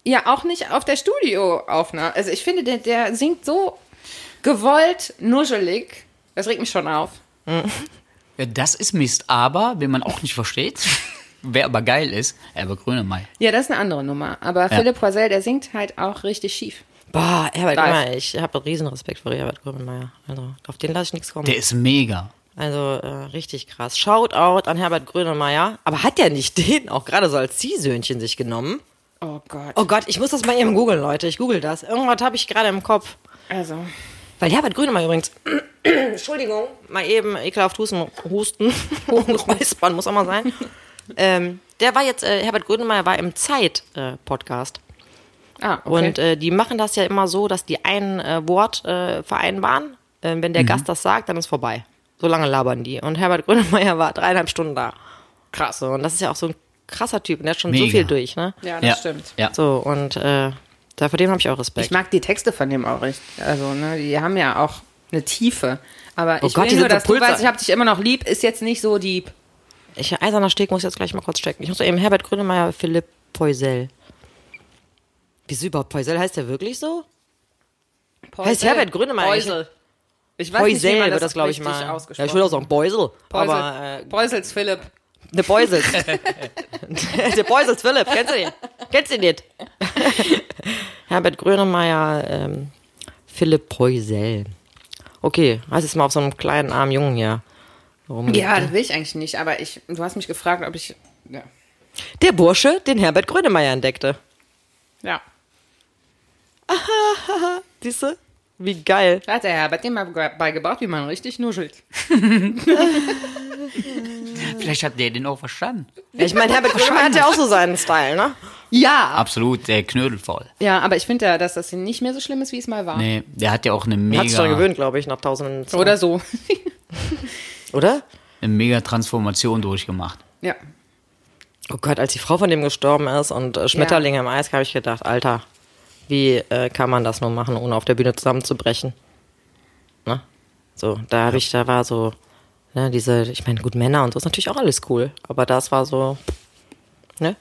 Ja, auch nicht auf der Studioaufnahme. Also ich finde, der, der singt so gewollt nuschelig. Das regt mich schon auf.
Ja, Das ist Mist, aber wenn man auch nicht versteht, wer aber geil ist, Herbert Grönemeyer.
Ja, das ist eine andere Nummer. Aber Philipp Rosell, der singt halt auch richtig schief.
Boah, Herbert
Live.
Grönemeyer, ich habe riesen Respekt vor Herbert Grönemeyer. Also, auf den lasse ich nichts kommen.
Der ist mega.
Also, äh, richtig krass. Shoutout an Herbert Grönemeyer. Aber hat der nicht den auch gerade so als Ziehsöhnchen sich genommen?
Oh Gott.
Oh Gott, ich muss das mal eben googeln, Leute. Ich google das. Irgendwas habe ich gerade im Kopf.
Also,
Weil Herbert Grönemeyer übrigens, Entschuldigung, mal eben ekelhaft Husten, Husten, Räuspern muss auch mal sein. ähm, der war jetzt, äh, Herbert Grönemeyer war im äh, Zeit-Podcast.
ah, okay.
Und äh, die machen das ja immer so, dass die ein äh, Wort äh, vereinbaren. Ähm,
Mhm.
wenn der Gast das sagt, dann ist vorbei. So lange labern die. Und Herbert Grönemeyer war dreieinhalb Stunden da. Krass. So, und das ist ja auch so ein krasser Typ. Und der hat schon so
Mega.
viel durch, ne?
ja, das
ja.
stimmt. Mhm.
Ja.
So, und äh, da, vor dem habe ich auch
Ich
Respekt.
mag die Texte von dem auch richtig. Also, ne, die haben ja auch eine Tiefe. Aber
Oh
ich
Gott, die
will nur,
sind so
dass du
Pulver.
weißt, ich hab dich immer noch lieb, ist jetzt nicht so deep.
Ich, Eiserner Steg muss ich jetzt gleich mal kurz checken. Ich muss eben Herbert Grönemeyer, Philipp Poisel. Wieso überhaupt Poisel? Heißt der wirklich so? Heißt Herbert Grönemeyer
Beusel. Ich weiß nicht, wie
Poisel
man
wird das, glaube ich,
richtig
mal. Ja,
ausgesprochen
ich würde auch sagen Beusel.
Beusel.
Aber äh,
Beusels Philipp.
ne Beusel. der Beusel ist Philipp. Kennst du den? Kennst du den nicht? Herbert Grönemeyer, ähm, Philipp Poisel. Okay, hast jetzt mal auf so einem kleinen armen Jungen hier rum.
Ja, das will ich eigentlich nicht, aber ich, du hast mich gefragt, ob ich. Ja.
Der Bursche, den Herbert Grönemeyer entdeckte.
ja.
Siehst du? Wie geil.
Da hat der Herbert dem mal ge- beigebracht, wie man richtig nuschelt.
Vielleicht hat der den auch verstanden.
Ja, ich meine, Herbert Grönemeyer hat ja auch so seinen Style, ne?
Ja.
Absolut, der Knödel voll.
Ja, aber ich finde ja, dass das nicht mehr so schlimm ist, wie es mal war.
Nee, der hat ja auch eine
Hat sich daran
mega,
gewöhnt, glaube ich, nach tausenden. Jahren.
Oder so.
Oder?
eine mega Transformation durchgemacht.
ja.
Oh Gott, als die Frau von dem gestorben ist und äh, Schmetterlinge im Eis, habe ich gedacht, Alter, wie äh, kann man das nur machen, ohne auf der Bühne zusammenzubrechen? Ne? So, da habe ich, da war so, ne, diese, ich meine, gut, Männer und so ist natürlich auch alles cool, aber das war so, ne?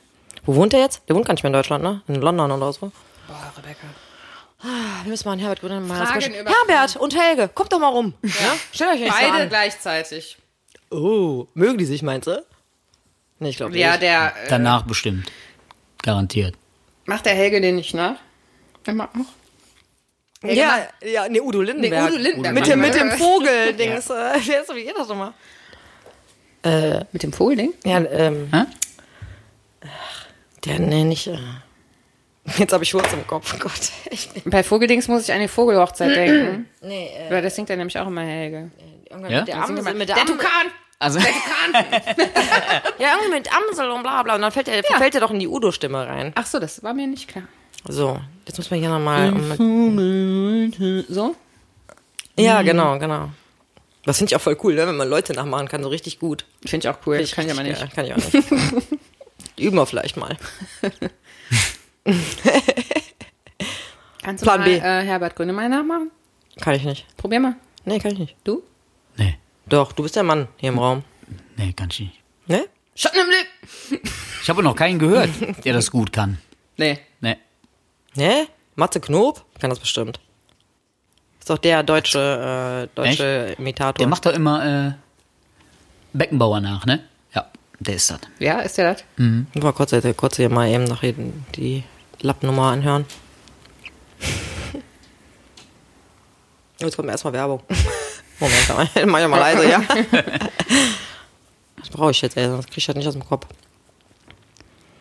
Wo wohnt der jetzt? Der wohnt gar nicht mehr in Deutschland, ne? In London oder so.
Boah, Rebecca.
Ah, wir müssen mal an Herbert Grönemeyer mal
Fragen über-
Herbert und Helge, kommt doch mal rum. Ja? Stellt euch nicht so
Beide
an.
gleichzeitig.
Oh, mögen die sich, meinst du? Nee, ich glaube nicht.
Ja, der. Äh,
Danach bestimmt. Garantiert.
macht der Helge den nicht ne? nach? Immer auch. Helge
Ja,
macht-
ja, nee, Udo Lindenberg.
Nee, Udo Lindenberg.
Mit,
Udo
dem, mit dem
Lindenberg.
Vogel, Dings. Äh, der ist doch wie ihr das nochmal.
Mit dem Fohlding?
Ja, ähm.
Hä?
ach, Der, nee, nicht. Äh. Jetzt habe ich Wurz im Kopf. oh Gott, echt. nicht.
Bei Vogeldings muss ich an die Vogelhochzeit denken.
Nee, äh,
Weil das singt ja nämlich auch immer Helge.
irgendwann
Ja?
mit der
Das singt
Amsel.
immer,
Mit
der
der Amsel
Tukan!
Also,
ja, irgendwie mit Amsel und bla bla. Und dann fällt er, fällt er doch in die Udo-Stimme rein.
Ach so, das war mir nicht klar.
So, jetzt muss man hier nochmal.
Mhm.
Um,
So?
ja, genau, genau. Das finde ich auch voll cool, ne? wenn man Leute nachmachen kann, so richtig gut.
Finde ich auch cool.
Ich
kann ich aber nicht.
kann ich auch nicht. Üben wir vielleicht mal.
Kannst du
Plan
mal
B.
Äh, Herbert Grönemeyer nachmachen?
Kann ich nicht.
Probier mal.
Nee, kann ich nicht.
Du?
nee,
Doch, du bist der Mann hier im Raum.
nee, kann ich nicht.
Ne?
Schatten im Blick!
Ich habe noch keinen gehört, der das gut kann.
Nee.
Nee.
Ne? Matze Knob? Kann das bestimmt. Ist doch der deutsche, äh, deutsche Imitator.
Der macht doch immer äh, Beckenbauer nach, ne? Ja, der ist das.
Ja, ist der das?
Mal kurz, äh, kurz hier mal eben noch hier die Lappnummer anhören. Jetzt kommt erstmal Werbung. Moment, mach ich mal leise, ja. Das brauche ich jetzt, ey, sonst krieg ich das nicht aus dem Kopf.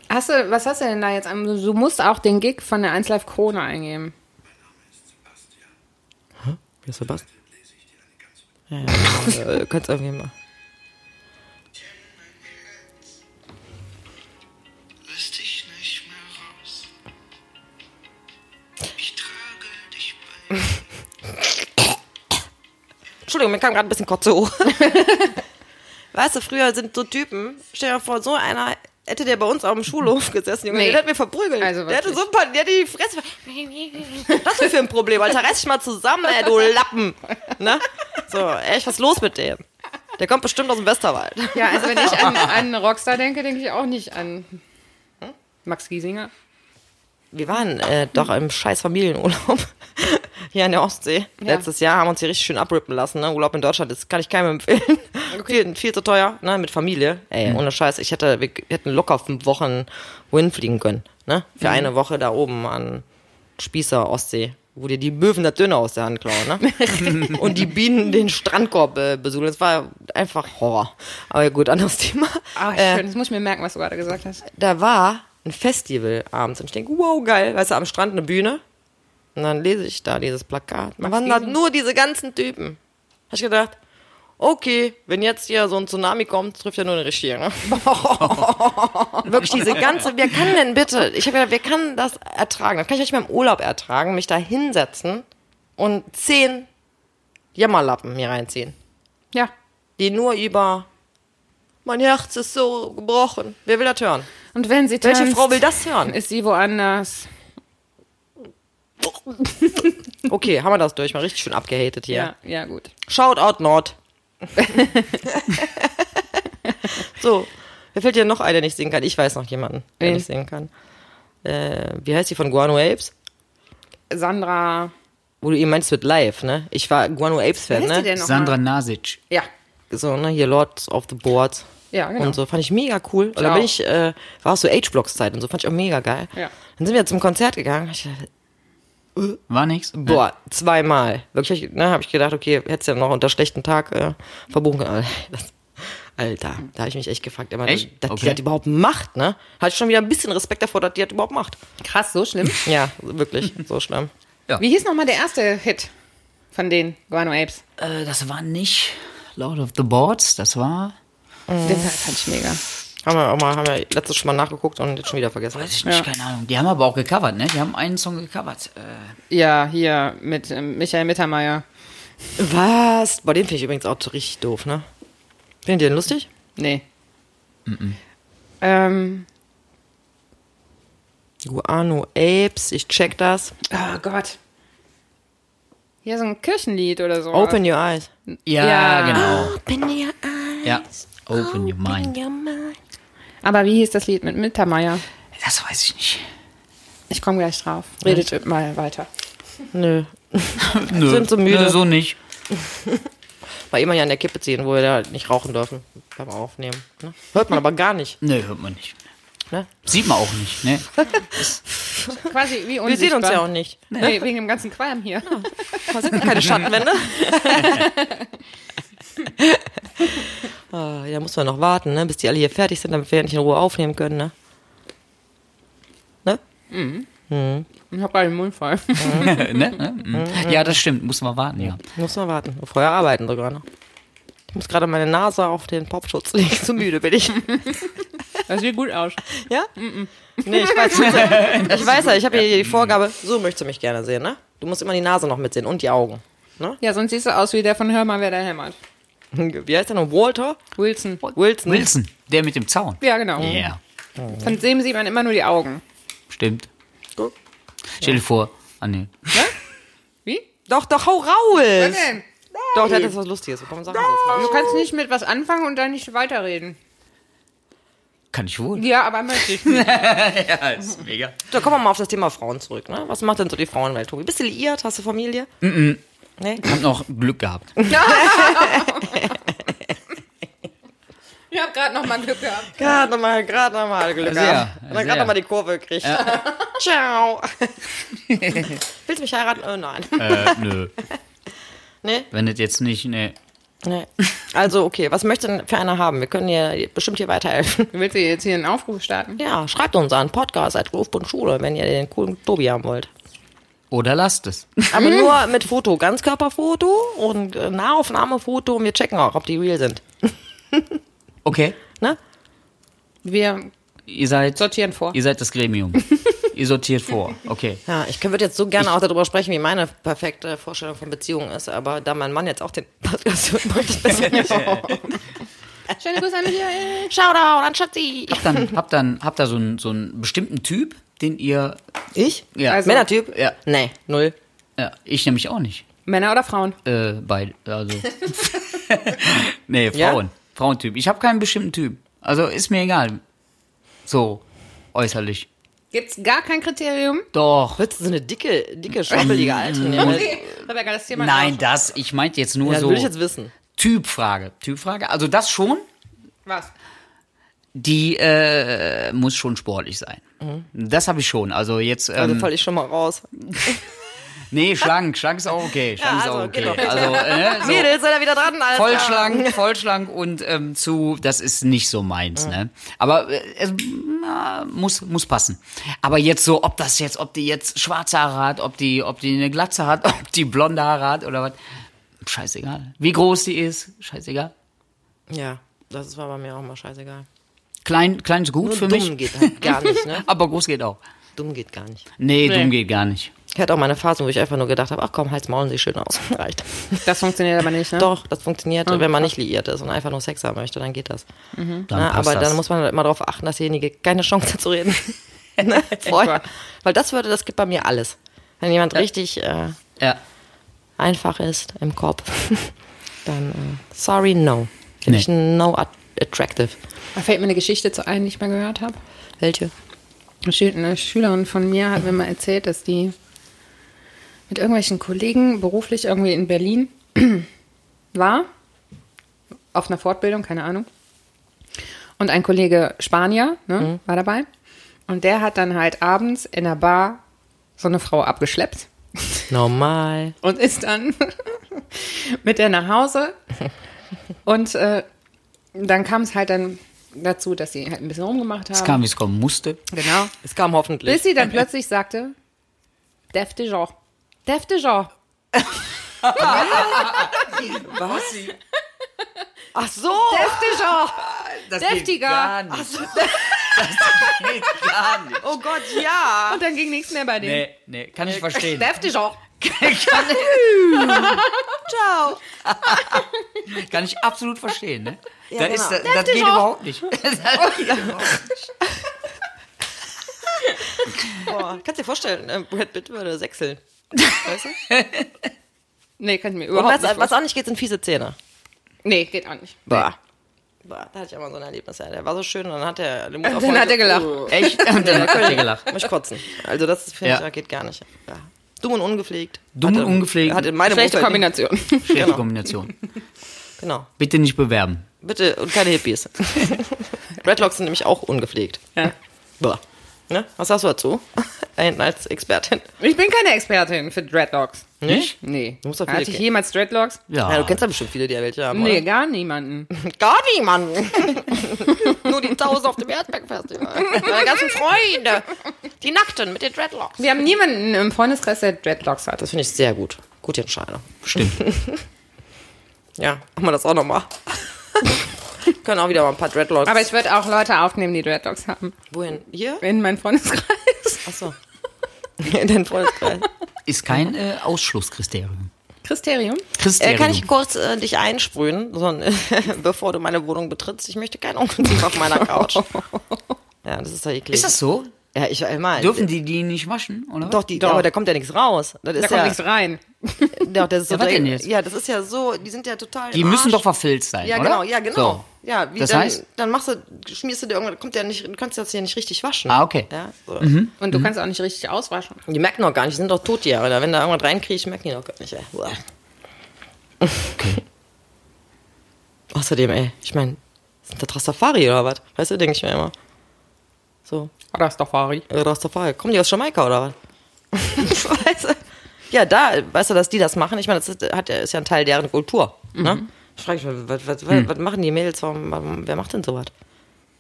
Hast du, was hast du denn da jetzt? am- Du musst auch den Gig von der 1 Live Krone eingeben.
Wie ist Sebastian? Ja, ja, äh, könnt's irgendwie mal.
Riss dich nicht mehr raus. Ich trage dich bei
Entschuldigung, mir kam gerade ein bisschen Kotze hoch. weißt du, früher sind so Typen, stell dir mal vor, so einer hätte der bei uns auf dem Schulhof gesessen, Junge,
Nee.
der hätte mir verprügelt.
Also
der hätte
wirklich.
so ein paar, der hätte die Fresse. Was für ein Problem, Alter, reiß dich mal zusammen, ey, du Lappen. Ne? So, echt, was ist los mit dem? Der kommt bestimmt aus dem Westerwald.
Ja, also wenn ich an, an Rockstar denke, denke ich auch nicht an Max Giesinger.
Wir waren äh, doch im scheiß Familienurlaub hier an der Ostsee.
Ja.
Letztes Jahr haben uns hier richtig schön abrippen lassen. Ne? Urlaub in Deutschland, das kann ich keinem empfehlen. Viel, viel zu teuer, ne? mit Familie. Ey,
Mhm.
ohne Scheiß. Ich hätte, wir hätten locker fünf Wochen wohin fliegen können. Ne?
Mhm.
Für eine Woche da oben an Spießer Ostsee, wo dir die Möwen das Döner aus der Hand klauen. Ne? Und die Bienen den Strandkorb äh, besuchen. Das war einfach Horror. Aber gut, anderes Thema
Ah,
Äh.
schön. Das muss ich mir merken, was du gerade gesagt hast.
da war ein Festival abends und ich denke, wow, geil, weißt du, am Strand eine Bühne. Und dann lese ich da dieses Plakat. Man wandert
Giesen.
nur diese ganzen Typen. Habe ich gedacht, okay, wenn jetzt hier so ein Tsunami kommt, trifft ja nur eine Richtige. Ne? Wirklich diese ganze, wer kann denn bitte, ich habe gedacht, wer kann das ertragen? Das kann ich nicht mehr im Urlaub ertragen, mich da hinsetzen und zehn Jammerlappen mir reinziehen
Ja.
die nur über mein Herz ist so gebrochen. Wer will das hören?
Und wenn sie
Welche
tanzt,
Frau will das hören?
ist sie woanders.
Okay, haben wir das durch. Mal richtig schön abgehatet hier.
Ja, ja, gut.
Shout out Nord. so, mir fällt dir noch ein, der nicht singen kann. Ich weiß noch jemanden, der
Wen?
nicht singen kann. Äh, wie heißt die von Guano Apes?
Sandra.
Wo du eben meinst mit live, ne? Ich war Guano Apes Fan,
Wie heißt die
ne?
denn nochmal?
Sandra Nasic.
Ja.
So, ne? Hier Lords of the Boards.
Ja, genau.
und so. Fand ich mega cool. Und dann
auch.
bin ich, äh, war auch so H-Blocks-Zeit und so, fand ich auch mega geil.
Ja.
Dann sind wir zum Konzert gegangen. Ich dachte,
War nix? Nee.
boah, zweimal. Wirklich, ne, habe ich gedacht, okay, hättest ja noch unter schlechten Tag äh, verbuchen können. Aber Das, Alter, da habe ich mich echt gefragt, immer, dass
Echt?
die
Okay.
das überhaupt macht, ne? Hatte ich schon wieder ein bisschen Respekt davor, dass die das überhaupt macht.
Krass, so schlimm.
Ja, wirklich, so schlimm.
Wie hieß nochmal der erste Hit von den Guano Apes?
Äh, das war nicht Lord of the Boards, das war
Mm.
Den Teil fand ich mega.
Haben wir auch mal, haben wir letztes schon mal nachgeguckt und jetzt schon wieder vergessen.
Weiß ich nicht, keine Ahnung. Die haben aber auch gecovert, ne? Die haben einen Song gecovert. Äh,
Ja, hier mit ähm, Michael Mittermeier.
Was? Boah, den finde ich übrigens auch richtig doof, ne? Findet ihr den lustig?
Nee. Ähm,
Guano Apes, ich check das.
oh Gott. Hier so ein Kirchenlied oder so.
Open your eyes.
ja,
Ja.
genau.
Open your eyes.
Ja. Open your mind.
your mind.
Aber wie hieß das Lied mit Mittermeier?
Das weiß ich nicht.
Ich komme gleich drauf. Redet mal weiter.
Nö.
Nö,
Sind so müde.
Nö, so nicht.
War immer ja an der Kippe ziehen, wo wir da halt nicht rauchen dürfen. Beim Aufnehmen. Ne? Hört man aber gar nicht.
Nö, hört man nicht.
Ne?
Sieht man auch nicht, ne?
Quasi wie unsichtbar.
Wir sehen uns ja auch nicht.
Nee, wegen dem ganzen Qualm hier.
Man sieht keine Schattenwände. Ah, da muss man noch warten, ne? bis die alle hier fertig sind, damit wir endlich in Ruhe aufnehmen können. Ne? Ne?
Ich habe gerade den Mund voll.
ne? ne? Mhm. Ja, das stimmt. Muss man warten, ja.
Muss man warten. Vorher arbeiten sogar noch. Ich muss gerade meine Nase auf den Popschutz legen. So müde bin ich.
Das sieht gut aus.
Ja? Nee, ich weiß nicht. Ich weiß ja, ich habe hier die Vorgabe, so möchtest du mich gerne sehen, ne? Du musst immer die Nase noch mitsehen und die Augen. Ne?
Ja, sonst siehst du aus wie der von Hör mal, wer da hämmert.
Wie heißt der noch? Walter?
Wilson.
Wilson.
Wilson, der mit dem Zaun.
Ja, genau.
Ja,
Von dem sieht man immer nur die Augen.
stimmt.
Guck.
Stell dir vor, ah nee.
Wie?
Doch, doch, hau raus!
Nein.
Doch, der hat jetzt was Lustiges. Komm, sag uns das mal.
Du kannst nicht mit was anfangen und dann nicht weiterreden.
Kann ich wohl.
Ja, aber möchte ich nicht.
Ja, ist mega.
Da kommen wir mal auf das Thema Frauen zurück, ne? Was macht denn so die Frauenwelt, Tobi? Bist du liiert? Hast du Familie? Mhm. Nee?
Hab noch Glück gehabt.
Ich habe gerade noch mal Glück gehabt.
Gerade nochmal, gerade nochmal Glück
Sehr,
gehabt. Und dann
sehr.
gerade nochmal die Kurve gekriegt. Ciao. Willst du mich heiraten? Oh nein.
äh, nö.
Nee?
Wenn das jetzt nicht, ne.
Nee. Also, okay, was möchtest du denn für einer haben? Wir können dir bestimmt hier weiterhelfen.
Willst du jetzt hier einen Aufruf starten?
Ja, schreibt uns an Podcast seit Ruf und Schule, wenn ihr den coolen Tobi haben wollt.
Oder lasst es.
Aber nur mit Foto, Ganzkörperfoto und äh, Nahaufnahmefoto und wir checken auch, ob die real sind.
Okay.
Ne?
Wir
Ihr seid,
sortieren vor.
ihr seid das Gremium. ihr sortiert vor. Okay.
Ja, ich würde jetzt so gerne auch darüber sprechen, wie meine perfekte Vorstellung von Beziehung ist, aber da mein Mann jetzt auch den Podcast hört, möchte ich besser nicht.
Schöne Grüße an Michael.
Shoutout an Schatzi!
Habt dann, habt dann, habt da so einen, so einen bestimmten Typ, den ihr,
Ich?
ja.
Also-
Männertyp?
Ja.
Nee, null.
ja ich nämlich auch nicht.
Männer oder Frauen?
Äh, beide, also. nee,
Ja?
Frauen. Frauentyp. Ich habe keinen bestimmten Typ. Also ist mir egal. So, äußerlich.
Gibt's gar kein Kriterium?
Doch.
Würdest du so eine dicke, dicke, schwappelige Alte nehmen? Ja,
Okay, Rebecca, das Thema
Nein,
ist
das, ich meinte jetzt nur
das
so
will ich jetzt wissen.
Typfrage. Typfrage. Also das schon,
auch- Was?
die äh, muss schon sportlich sein. Das habe ich schon. Also jetzt.
Mhm. Also
Ähm,
falle ich schon mal raus.
nee, schlank. Schlank ist auch okay. Schlank
also,
ist
geht
auch okay.
doch.
Also, äh, so.
Mädels, seid ihr wieder dran? Alter.
voll schlank, voll schlank und ähm, zu, das ist nicht so meins, ne? Aber äh, es na, muss, muss passen. Aber jetzt so, ob das jetzt, ob die jetzt schwarze Haare hat, ob die, ob die eine Glatze hat, ob die blonde Haare hat oder was, scheißegal. Wie groß die ist, scheißegal.
Ja, das war bei mir auch mal scheißegal.
Klein, klein ist gut
Nur
für
dumm
mich,
geht halt gar nicht, ne?
aber groß geht auch.
Dumm geht gar nicht.
Nee,
Nee.
dumm geht gar nicht.
Ich hatte auch meine Phasen, wo ich einfach nur gedacht habe, ach komm, halt's Maul, sieht schön aus. Reicht.
Das funktioniert aber nicht, ne?
Doch, das funktioniert, wenn man nicht liiert ist und einfach nur Sex haben möchte, dann geht das.
Dann
Na,
passt
aber
das.
dann muss man halt immer darauf achten, dass derjenige keine Chance hat zu reden. Ne? Vorher. Weil das würde, das gibt bei mir alles. Wenn jemand richtig äh,
Ja.
einfach ist im Kopf, dann äh, sorry, no. Finde
Nee.
ich no at attractive.
Da fällt mir eine Geschichte zu ein, die ich mal gehört habe.
Welche?
Eine Schül- Eine Schülerin von mir hat mir mal erzählt, dass die mit irgendwelchen Kollegen beruflich irgendwie in Berlin war. Auf einer Fortbildung, keine Ahnung. Und ein Kollege Spanier ne, war dabei. Und der hat dann halt abends in der Bar so eine Frau abgeschleppt
Normal.
und ist dann mit der nach Hause. Und äh, dann kam es halt dann dazu, dass sie halt ein bisschen rumgemacht haben.
Es kam, wie es kommen musste.
genau.
Es kam hoffentlich.
Bis sie dann plötzlich sagte, Def de Jean. Def de Jean.
Ach so!
Def de Jean.
Das geht
Deftiger.
gar nicht. Das geht gar nicht.
Oh Gott, ja.
Und dann ging nichts mehr bei denen.
Nee, nee, kann ich verstehen.
Deftig auch.
Ciao.
Kann ich absolut verstehen, ne?
Ja,
da
genau.
ist, das,
Darf
das
ich
geht
auch?
überhaupt nicht. Das geht überhaupt nicht.
Boah, kannst dir vorstellen, äh, Brad Pitt würde sechseln. Weißt du?
Nee, kann ich mir
Und
überhaupt
was,
nicht
was auch nicht geht, sind fiese Zähne.
vorstellen. Nee, geht auch nicht.
Boah. Boah, da hatte ich auch mal so ein Erlebnis. Ja, der war so schön und dann hat der den Mund Oh.
Dann hat er gelacht.
Echt? Und dann hat er gelacht.
Muss ich kotzen. Also das finde ich,
Ja.
ja, geht gar nicht. Ja. Dumm und ungepflegt.
Dumm
Hat
und
in-
ungepflegt.
Hat in meinem
Schlechte
Umfeld-
Kombination.
Schlechte
Genau.
Kombination.
Genau.
Bitte nicht bewerben.
Bitte, und keine Hippies. Redlocks sind nämlich auch ungepflegt.
Ja.
Boah. Ne? Was sagst du dazu? Da hinten als Expertin.
Ich bin keine Expertin für Dreadlocks.
Nicht?
Nee.
Du musst doch viele
Hatte ich
kennen.
jemals Dreadlocks?
Ja.
Ja, du kennst ja bestimmt viele, die ja welche haben,
Nee, gar niemanden.
oder? Gar niemanden. Nur die Tausend auf dem Erdbergfestival. Meine ganzen Freunde. Die Nackten mit den Dreadlocks.
Wir haben niemanden im Freundeskreis, der Dreadlocks hat.
Das finde ich sehr gut. Gute Entscheidung.
Stimmt.
Ja, machen wir das auch nochmal. Können auch wieder mal ein paar Dreadlocks.
Aber ich würde auch Leute aufnehmen, die Dreadlocks haben.
Wohin? Hier?
In meinen Freundeskreis.
Achso. In den Freundeskreis.
Ist kein äh, Ausschlusskriterium.
Kristerium?
Äh,
Kriterium.
kann ich kurz äh, dich einsprühen, so, ein- bevor du meine Wohnung betrittst? Ich möchte keinen Unzug auf meiner Couch. Ja, das ist doch eklig.
ist das so?
Ja, ich immer.
Dürfen die die nicht waschen, oder was?
doch, die,
Doch.
aber da kommt ja nichts raus. Das ist
Da
ja,
kommt nichts rein.
Doch, das ist
Ja,
so
was
dreckig.
denn jetzt?
Ja, das ist ja so, die sind ja total.
Die
im
müssen doch
Arsch.
verfilzt sein,
Ja,
oder?
genau, ja, genau.
So.
Ja, wie
das
dann,
heißt,
dann machst du, schmierst du dir irgendwann, kommt ja nicht, kannst du das hier nicht richtig waschen.
Ah, okay.
Ja, so.
Und du kannst auch nicht richtig auswaschen.
Die merken doch gar nicht, die sind doch tot, die Jahre. Wenn da irgendwas reinkriegt, merken die doch gar nicht, ey. Uah. Außerdem, ey, ich meine, sind das Rastafari oder was? Weißt du, denke ich mir immer. So,
Rastafari.
äh, Rastafari, kommen die aus Jamaika oder was? weißt du? Ja, da, weißt du, dass die das machen? Ich meine, das ist, hat, ja- ist ja ein Teil deren Kultur. Ne? Ich frage mich, was, was, was, was machen die Mädels? Warum, warum, wer macht denn sowas?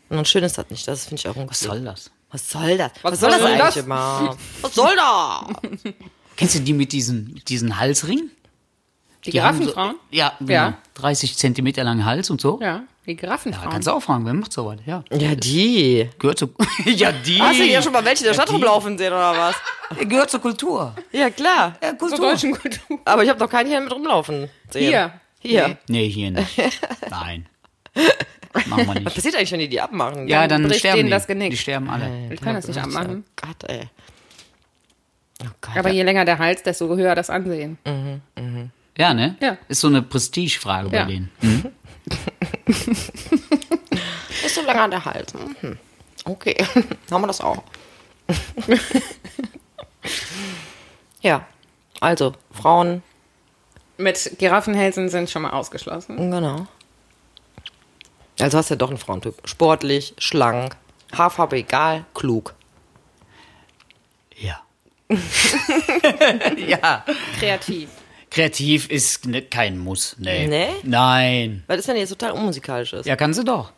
Und schön ist das nicht, das finde ich auch
was
ungefähr.
soll das?
Was soll das? Was, soll das
soll
eigentlich
das?
immer? Was soll das?
Kennst du die mit diesem diesen Halsring?
Die,
haben so-
Giraffenfrauen?
ja, genau.
Ja.
30 Zentimeter langen Hals und so.
Ja, die
Da
Giraffenfrauen.
kannst du auch fragen, wer macht sowas? Ja.
Ja, die.
Gehört zu. ja, die.
Hast du hier schon mal welche in der Stadt
die.
rumlaufen sehen oder was?
Gehört zur Kultur.
Ja, klar.
Ja,
Zur
Kultur.
deutschen Kultur.
Aber ich habe noch keinen hier mit rumlaufen sehen.
Hier.
Hier.
nee, hier nicht. Nein. Machen wir
Was
nicht.
passiert eigentlich, wenn die die abmachen?
Ja, dann
bricht
sterben
denen
die.
das Genick. Äh.
Die sterben alle.
Ich kann das nicht anmachen.
Oh Gott, ey. Oh Gott.
Aber je länger der Hals, desto höher das Ansehen.
Ja, ne?
Ja.
Ist so eine Prestigefrage
Ja.
bei denen.
ist so lange an der Hals. Mhm. Okay, haben wir das auch. ja, also Frauen,
Mhm.
Mit Giraffenhälsen sind schon mal ausgeschlossen.
genau. Also hast du ja doch einen Frauentyp. Sportlich, schlank, Haarfarbe egal, klug.
Ja. ja.
Kreativ.
Kreativ ist ne, kein Muss. Nee.
Nee?
Nein.
Weil das ist, wenn die jetzt total unmusikalisch ist.
Ja, kann sie doch.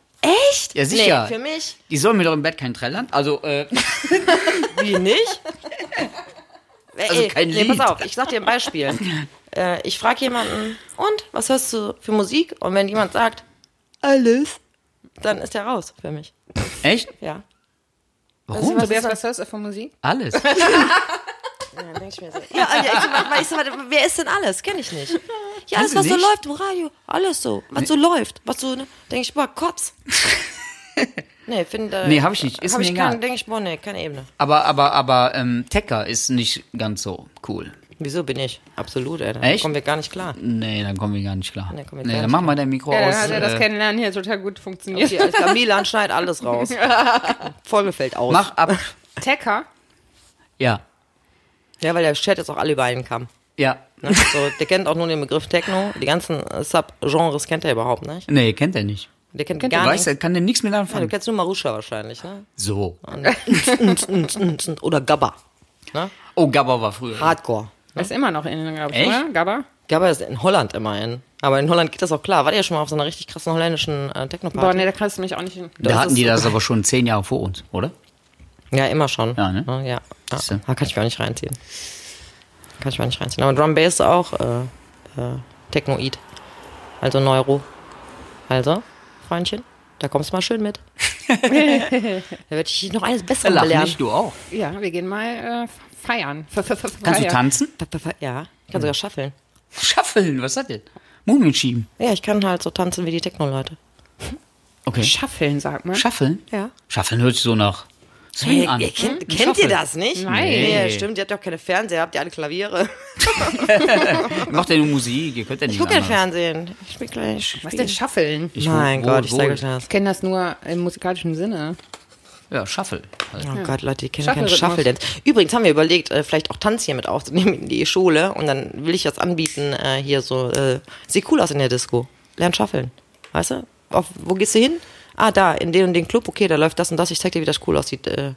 Echt?
Ja, sicher.
Nee, für mich.
Die sollen mir doch im Bett kein Trellland. Also, äh,
Wie nicht?
Also kein Lied.
pass auf, ich sag dir ein Beispiel. äh, ich frage jemanden, und was hörst du für Musik? Und wenn jemand sagt, alles, dann ist der raus für mich.
echt?
Ja.
Warum?
Also,
Tobias, was hörst du für Musik?
Alles.
Dann denk ich mir so. Ja, ah, ja ich, so, warte mal, ich so, warte, wer ist denn alles? Kenn ich nicht. Ja, alles,
Kennst du
was so läuft
nicht?
im Radio. Alles so. Was so läuft. Was so, ne, denke ich, boah, Kotz. nee, finde.
Nee, hab ich nicht. Ist
hab
mir
ich
egal.
keinen, denke ich, boah, nee, keine Ebene.
Aber, aber, aber, ähm, Tecker ist nicht ganz so cool.
Wieso bin ich? Absolut, ey. Da
Echt?
kommen wir gar nicht klar.
Nee, dann kommen wir gar nicht klar.
Nee,
Nee,
kommen wir gar
dann
nicht
machen wir dein Mikro
Ja,
aus.
dann hat er das
äh,
Kennenlernen hier total gut funktioniert.
Hier, alles klar. Milan schneidet alles raus. Folge fällt aus.
mach ab.
Tecker.
Ja.
Ja, weil der Chat jetzt auch alle über einen kam.
Ja.
Ne? So, der kennt auch nur den Begriff Techno. Die ganzen äh, Subgenres kennt er überhaupt nicht.
Nee, kennt er nicht.
Der kennt,
Du
gar
weißt,
nichts.
er kann dir nichts mehr
Ja, du
anfangen.
kennst nur Marusha wahrscheinlich, ne?
So.
Oder Gabba. Ne?
Oh, Gabba war früher.
Hardcore.
Ist immer noch in, glaube ich,
Echt?
oder? Gabba?
Gabba ist in Holland immerhin. Aber in Holland geht das auch klar. Wart ihr schon mal auf so einer richtig krassen holländischen äh,
Boah,
Techno-Party?
nee, da kannst du mich auch nicht hin.
Da hatten
ist-
die das aber schon zehn Jahre vor uns, oder?
Ja, immer schon.
Ja, ne?
Ja. ja.
Siehste.
Da kann ich mir auch nicht reinziehen. Kann ich mir auch nicht reinziehen. Aber Drum Bass ist auch äh, äh, Technoid. Also Neuro. Also, Freundchen. Da kommst du mal schön mit. da werde ich dich noch alles Besseres
Lach
belehren.
nicht, du auch.
Ja, wir gehen mal äh, feiern.
Kannst du tanzen?
P- p- p- Ja, ich kann sogar schaffeln.
Schaffeln, was ist das denn? Mumien schieben.
Ja, ich kann halt so tanzen wie die Techno-Leute.
Okay.
Schaffeln, sagt man.
Schaffeln?
Ja.
Schaffeln hört sich so nach Swing an.
Ihr kennt,
Hm?
kennt ihr
Schaffeln.
das nicht?
Nein.
Nee, stimmt, ihr habt doch keine Fernseher, habt ihr alle Klaviere.
Macht ja nur Musik, ihr könnt ja nicht
Ich gucke kein
anders.
Fernsehen. Ich bin gleich.
Was denn Schaffeln?
Ich
Mein
wohl-
Gott, ich
wohl-
zeige euch das.
Ich kenne das nur im musikalischen Sinne.
Ja, Shuffle. Halt.
Oh Gott, Leute, die kennen keinen
Shuffle-Rhythmus.
Shuffle Dance. Übrigens haben wir überlegt, äh, vielleicht auch Tanz hier mit aufzunehmen in die Schule. Und dann will ich das anbieten, äh, hier so, äh, sieh cool aus in der Disco. Lern Shuffeln. Weißt du? Auf, wo gehst du hin? Ah, da, in den und den Club. Okay, da läuft das und das. Ich zeig dir, wie das cool aussieht, äh,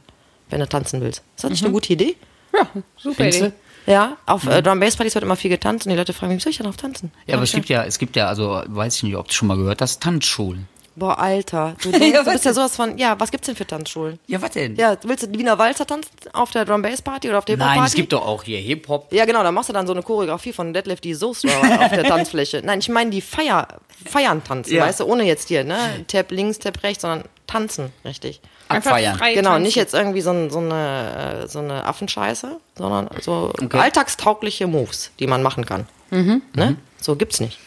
wenn du tanzen willst. Ist das
Mhm.
nicht eine gute Idee?
Ja, super
Findest
Idee.
du?
Ja, auf
Mhm.
äh, Drum-Bass-Partys wird immer viel getanzt und die Leute fragen, wie soll ich denn auf tanzen?
Ja, aber es gibt ja, es gibt ja, also weiß ich nicht, ob du schon mal gehört hast, Tanzschulen.
Boah, Alter, du, denkst,
Ja,
du bist
was
ja sowas von, ja, was gibt's denn für Tanzschulen?
Ja, was denn?
Ja, willst du die Wiener Walzer tanzen auf der Drum-Bass-Party oder auf der Hip-Hop-Party?
Nein, es gibt doch auch hier Hip-Hop.
Ja, genau, da machst du dann so eine Choreografie von Deadlift die Soße auf der Tanzfläche. Nein, ich meine die Feier, Feiern tanzen,
Ja.
weißt du, ohne jetzt hier, ne? Tap links, Tap rechts, sondern tanzen, richtig.
Abfeiern.
frei
Genau,
tanzen.
nicht jetzt irgendwie so, ein, so, eine, äh, so eine Affenscheiße, sondern so alltagstaugliche Moves, die man machen kann. Ne? So gibt's nicht.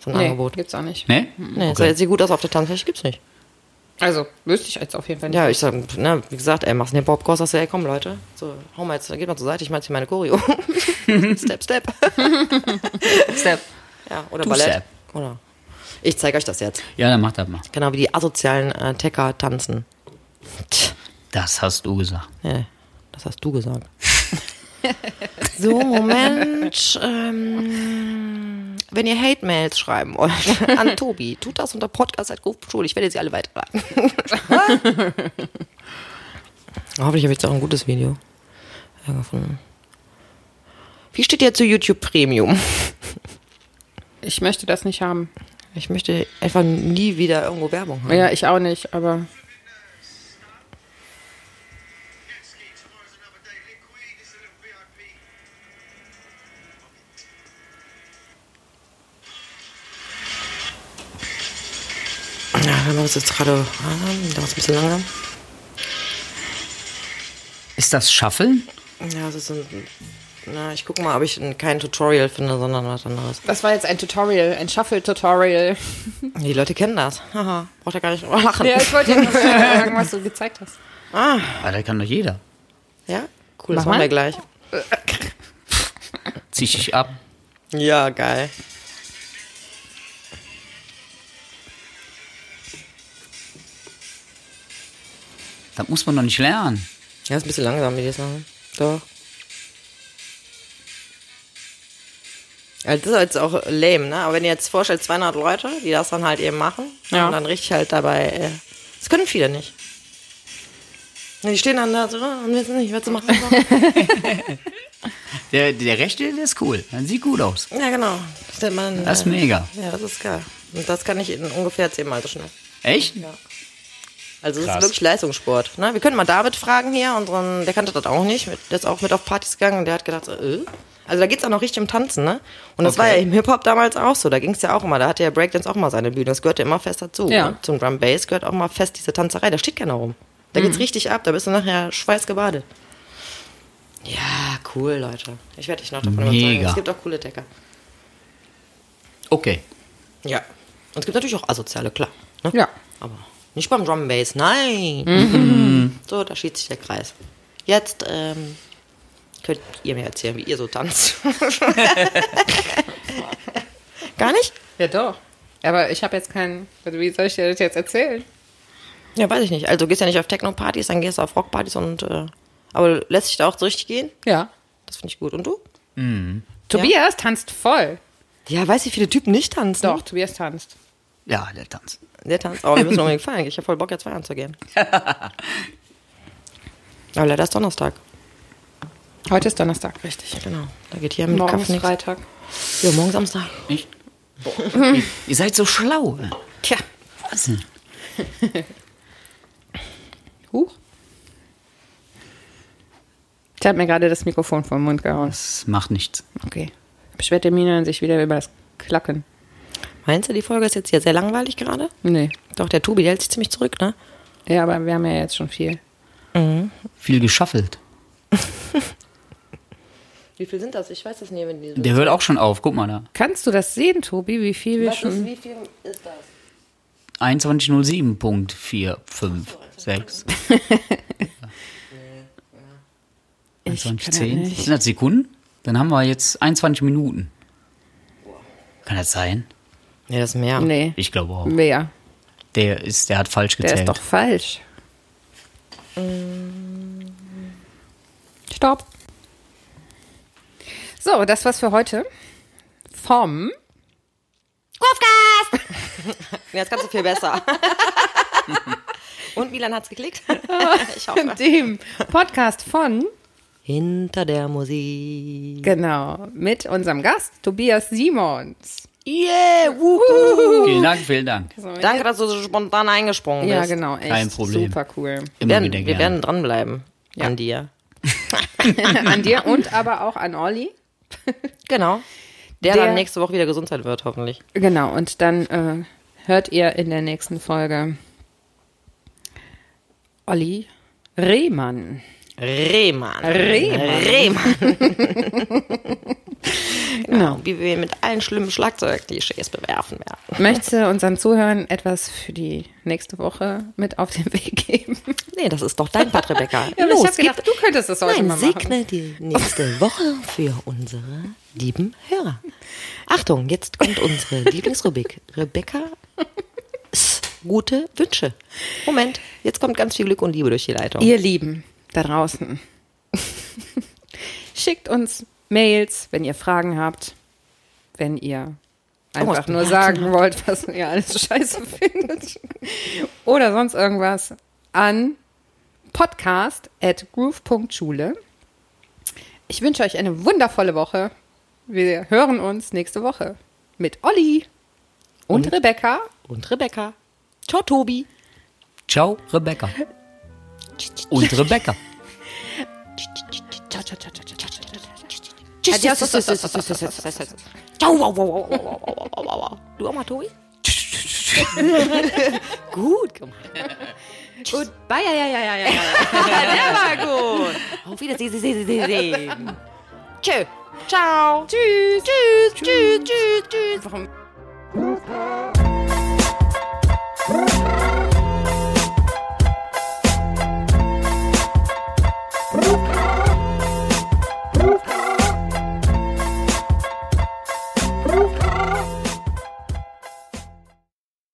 So ein
Nee,
Angebot.
Mhm. gibt's auch nicht.
Ne?
Nee, so jetzt sieht gut aus auf der Tanzfläche, gibt's nicht.
Also, wüsste ich jetzt auf jeden Fall nicht.
Ja, ich sag, pf, ne, wie gesagt, ey, machst einen Hip-Hop-Kurs, hast du, ey, komm, Leute, so, hau mal jetzt, geht mal zur Seite, ich mach jetzt hier meine Choreo. step, step.
Step.
Ja, oder
Du
Ballett.
Sepp.
Oder. Ich zeige euch das jetzt.
Ja, dann mach das mal.
Genau wie die asozialen äh, Tecker tanzen. Tch,
Das hast du gesagt.
nee, das hast du gesagt. so, Moment. Ähm, wenn ihr Hate-Mails schreiben wollt an Tobi, tut das unter podcast.group.schul. Ich werde sie alle weiterleiten. Hoffentlich habe ich jetzt auch ein gutes Video äh, gefunden. Wie steht ihr zu YouTube Premium?
Ich möchte das nicht haben.
Ich möchte einfach nie wieder irgendwo Werbung haben.
Ja, ich auch nicht, aber
Tomorrow's another day. Liquid is a little VIP.
Ja, dann muss jetzt gerade. Ah, dauert ein bisschen lange.
Ist das Schaffeln?
Ja, das ist so ein. Na, ich guck mal, ob ich ein- kein Tutorial finde, sondern was anderes.
das war jetzt ein Tutorial, ein Shuffle-Tutorial.
Die Leute kennen das. Haha, braucht ja gar nicht drüber lachen.
Ja, ich wollte ja nur sagen, was du gezeigt hast.
Ah, das kann doch jeder.
Ja? Cool,
Mach
das machen
mal.
wir gleich.
Zieh dich ab.
Ja, geil.
Das muss man doch nicht lernen.
Ja, ist ein bisschen langsam, wie die das machen. Doch. Also das ist jetzt auch lame, ne? Aber wenn ihr jetzt vorstellt, 200 Leute, die das dann halt eben machen,
Ja.
und dann richtig halt dabei. Äh, das können viele nicht. Die stehen dann da so "Ah, und wissen nicht, was sie machen sollen.
Der, der rechte, der ist cool. Dann sieht gut aus.
Ja, genau. Das, nennt man,
Das ist
äh,
mega.
Ja, das ist geil. Und das kann ich in ungefähr zehnmal so schnell.
Echt?
Also es ist
Krass.
wirklich Leistungssport. Ne? Wir können mal David fragen hier, unseren, der kannte das auch nicht, mit, der ist auch mit auf Partys gegangen und der hat gedacht, so, äh. Also da geht's auch noch richtig um Tanzen, ne? Und das
Okay.
war ja im Hip-Hop damals auch so, da ging's ja auch immer, da hatte ja Breakdance auch mal seine Bühne, das gehörte immer fest dazu.
Ja.
Und Zum Drum Bass gehört auch mal fest diese Tanzerei, da steht keiner rum. Da
Mhm.
geht's richtig ab, da bist du nachher schweißgebadet. Ja, cool, Leute. Ich werde dich noch davon überzeugen.
Mega.
Es gibt auch coole Decker.
Okay.
Ja. Und es gibt natürlich auch asoziale, klar. Ne?
Ja.
Aber nicht beim Drum and Bass, nein. So, da schließt sich der Kreis. Jetzt ähm, könnt ihr mir erzählen, wie ihr so tanzt. Gar nicht?
Ja, doch. Aber ich habe jetzt keinen. Also, wie soll ich dir das jetzt erzählen?
Ja, weiß ich nicht. Also du gehst ja nicht auf Techno-Partys, dann gehst du auf Rock-Partys und äh, aber lässt sich da auch so richtig gehen?
Ja.
Das finde ich gut. Und du?
Tobias tanzt voll.
Ja, weiß ich, viele Typen nicht tanzen.
Doch, Tobias tanzt.
Ja, der Tanz.
Der tanzt. Aber wir müssen unbedingt feiern. Ich habe voll Bock, jetzt feiern zu gehen. aber leider ist Donnerstag.
Heute ist Donnerstag, richtig.
Genau. Da geht hier mit
Morgen
Kaffee
ist
nichts.
Freitag.
Ja, morgen Samstag.
Echt? Ihr seid so schlau. ey.
Tja.
Was denn?
Huch. Ich habe mir gerade das Mikrofon vom Mund gehauen.
Das macht nichts.
Okay. Beschwert der Mina sich wieder über das Klacken.
Meinst du, die Folge ist jetzt hier sehr langweilig gerade?
Nee.
Doch, der Tobi, der hält sich ziemlich zurück, ne?
Ja, aber wir haben ja jetzt schon viel.
Viel geschaffelt.
Wie viel sind das? Ich weiß das nicht. Wenn die
Der hört auch schon auf, guck mal da.
Kannst du das sehen, Tobi, wie viel wir
Was
schon.
ist, wie viel ist das?
21.07.456.
das
21.10.
nicht.
Sind das Sekunden? Dann haben wir jetzt 21 Minuten. Kann das sein?
Nee, das ist mehr.
Nee,
Ich glaube auch.
mehr.
Der ist, der hat falsch
Der
gezählt.
ist doch falsch. Stopp. So, das war's für heute. Vom.
Ja, das kannst du viel besser. Und Milan hat's geklickt? ich hoffe.
Dem Podcast von.
Hinter der Musik.
Genau. Mit unserem Gast, Tobias Simons.
Yeah!
vielen Dank, vielen Dank.
Danke, dass du so spontan eingesprungen
Ja,
bist.
genau. Echt
Kein Problem.
Super cool.
Wir
Immer
werden,
wieder
wir
gerne.
werden dranbleiben an dir.
an dir und aber auch an Olli.
Genau. Der,
Der-
dann nächste Woche wieder gesund sein wird, hoffentlich.
Genau, und dann äh, hört ihr in der nächsten Folge Olli Rehmann.
Rehmann.
Rehmann.
Rehmann.
Genau.
Wie wir mit allen schlimmen Schlagzeugklischees bewerfen werden.
Möchtest du unseren Zuhörern etwas für die nächste Woche mit auf den Weg geben?
Nee, das ist doch dein Part, Rebecca.
Ja, aber ich hab
gib-
gedacht, du könntest das heute
Nein,
mal machen.
segne die nächste Woche für unsere lieben Hörer. Achtung, jetzt kommt unsere Lieblingsrubrik. Rebecca s- gute Wünsche. Moment, jetzt kommt ganz viel Glück und Liebe durch die Leitung.
Ihr Lieben da draußen, schickt uns Mails, wenn ihr Fragen habt, wenn ihr einfach
was
nur
Bemerkungen
sagen wollt, was ihr alles scheiße findet oder sonst irgendwas an podcast at groove.schule. Ich wünsche euch eine wundervolle Woche. Wir hören uns nächste Woche mit Olli und Rebecca.
Und Rebecca. Ciao, Tobi.
Ciao, Rebecca. Und Rebecca.
Ciao, ciao, ciao, ciao, ciao, ciao,
Adios.
ciao, ciao, ciao, ciao, ciao, ciao, ciao, ciao, ciao. Ciao, wow, wow, wow, wow, wow, wow, wow, wow. Du auch mal, Tobi? Gut gemacht.
Gut, bye, ja, ja, ja, ja, ja.
Der war gut. Auf Wiedersehen. Tschö. Ciao.
Tschüss. Tschüss, tschüss, tschüss, tschüss. Warum?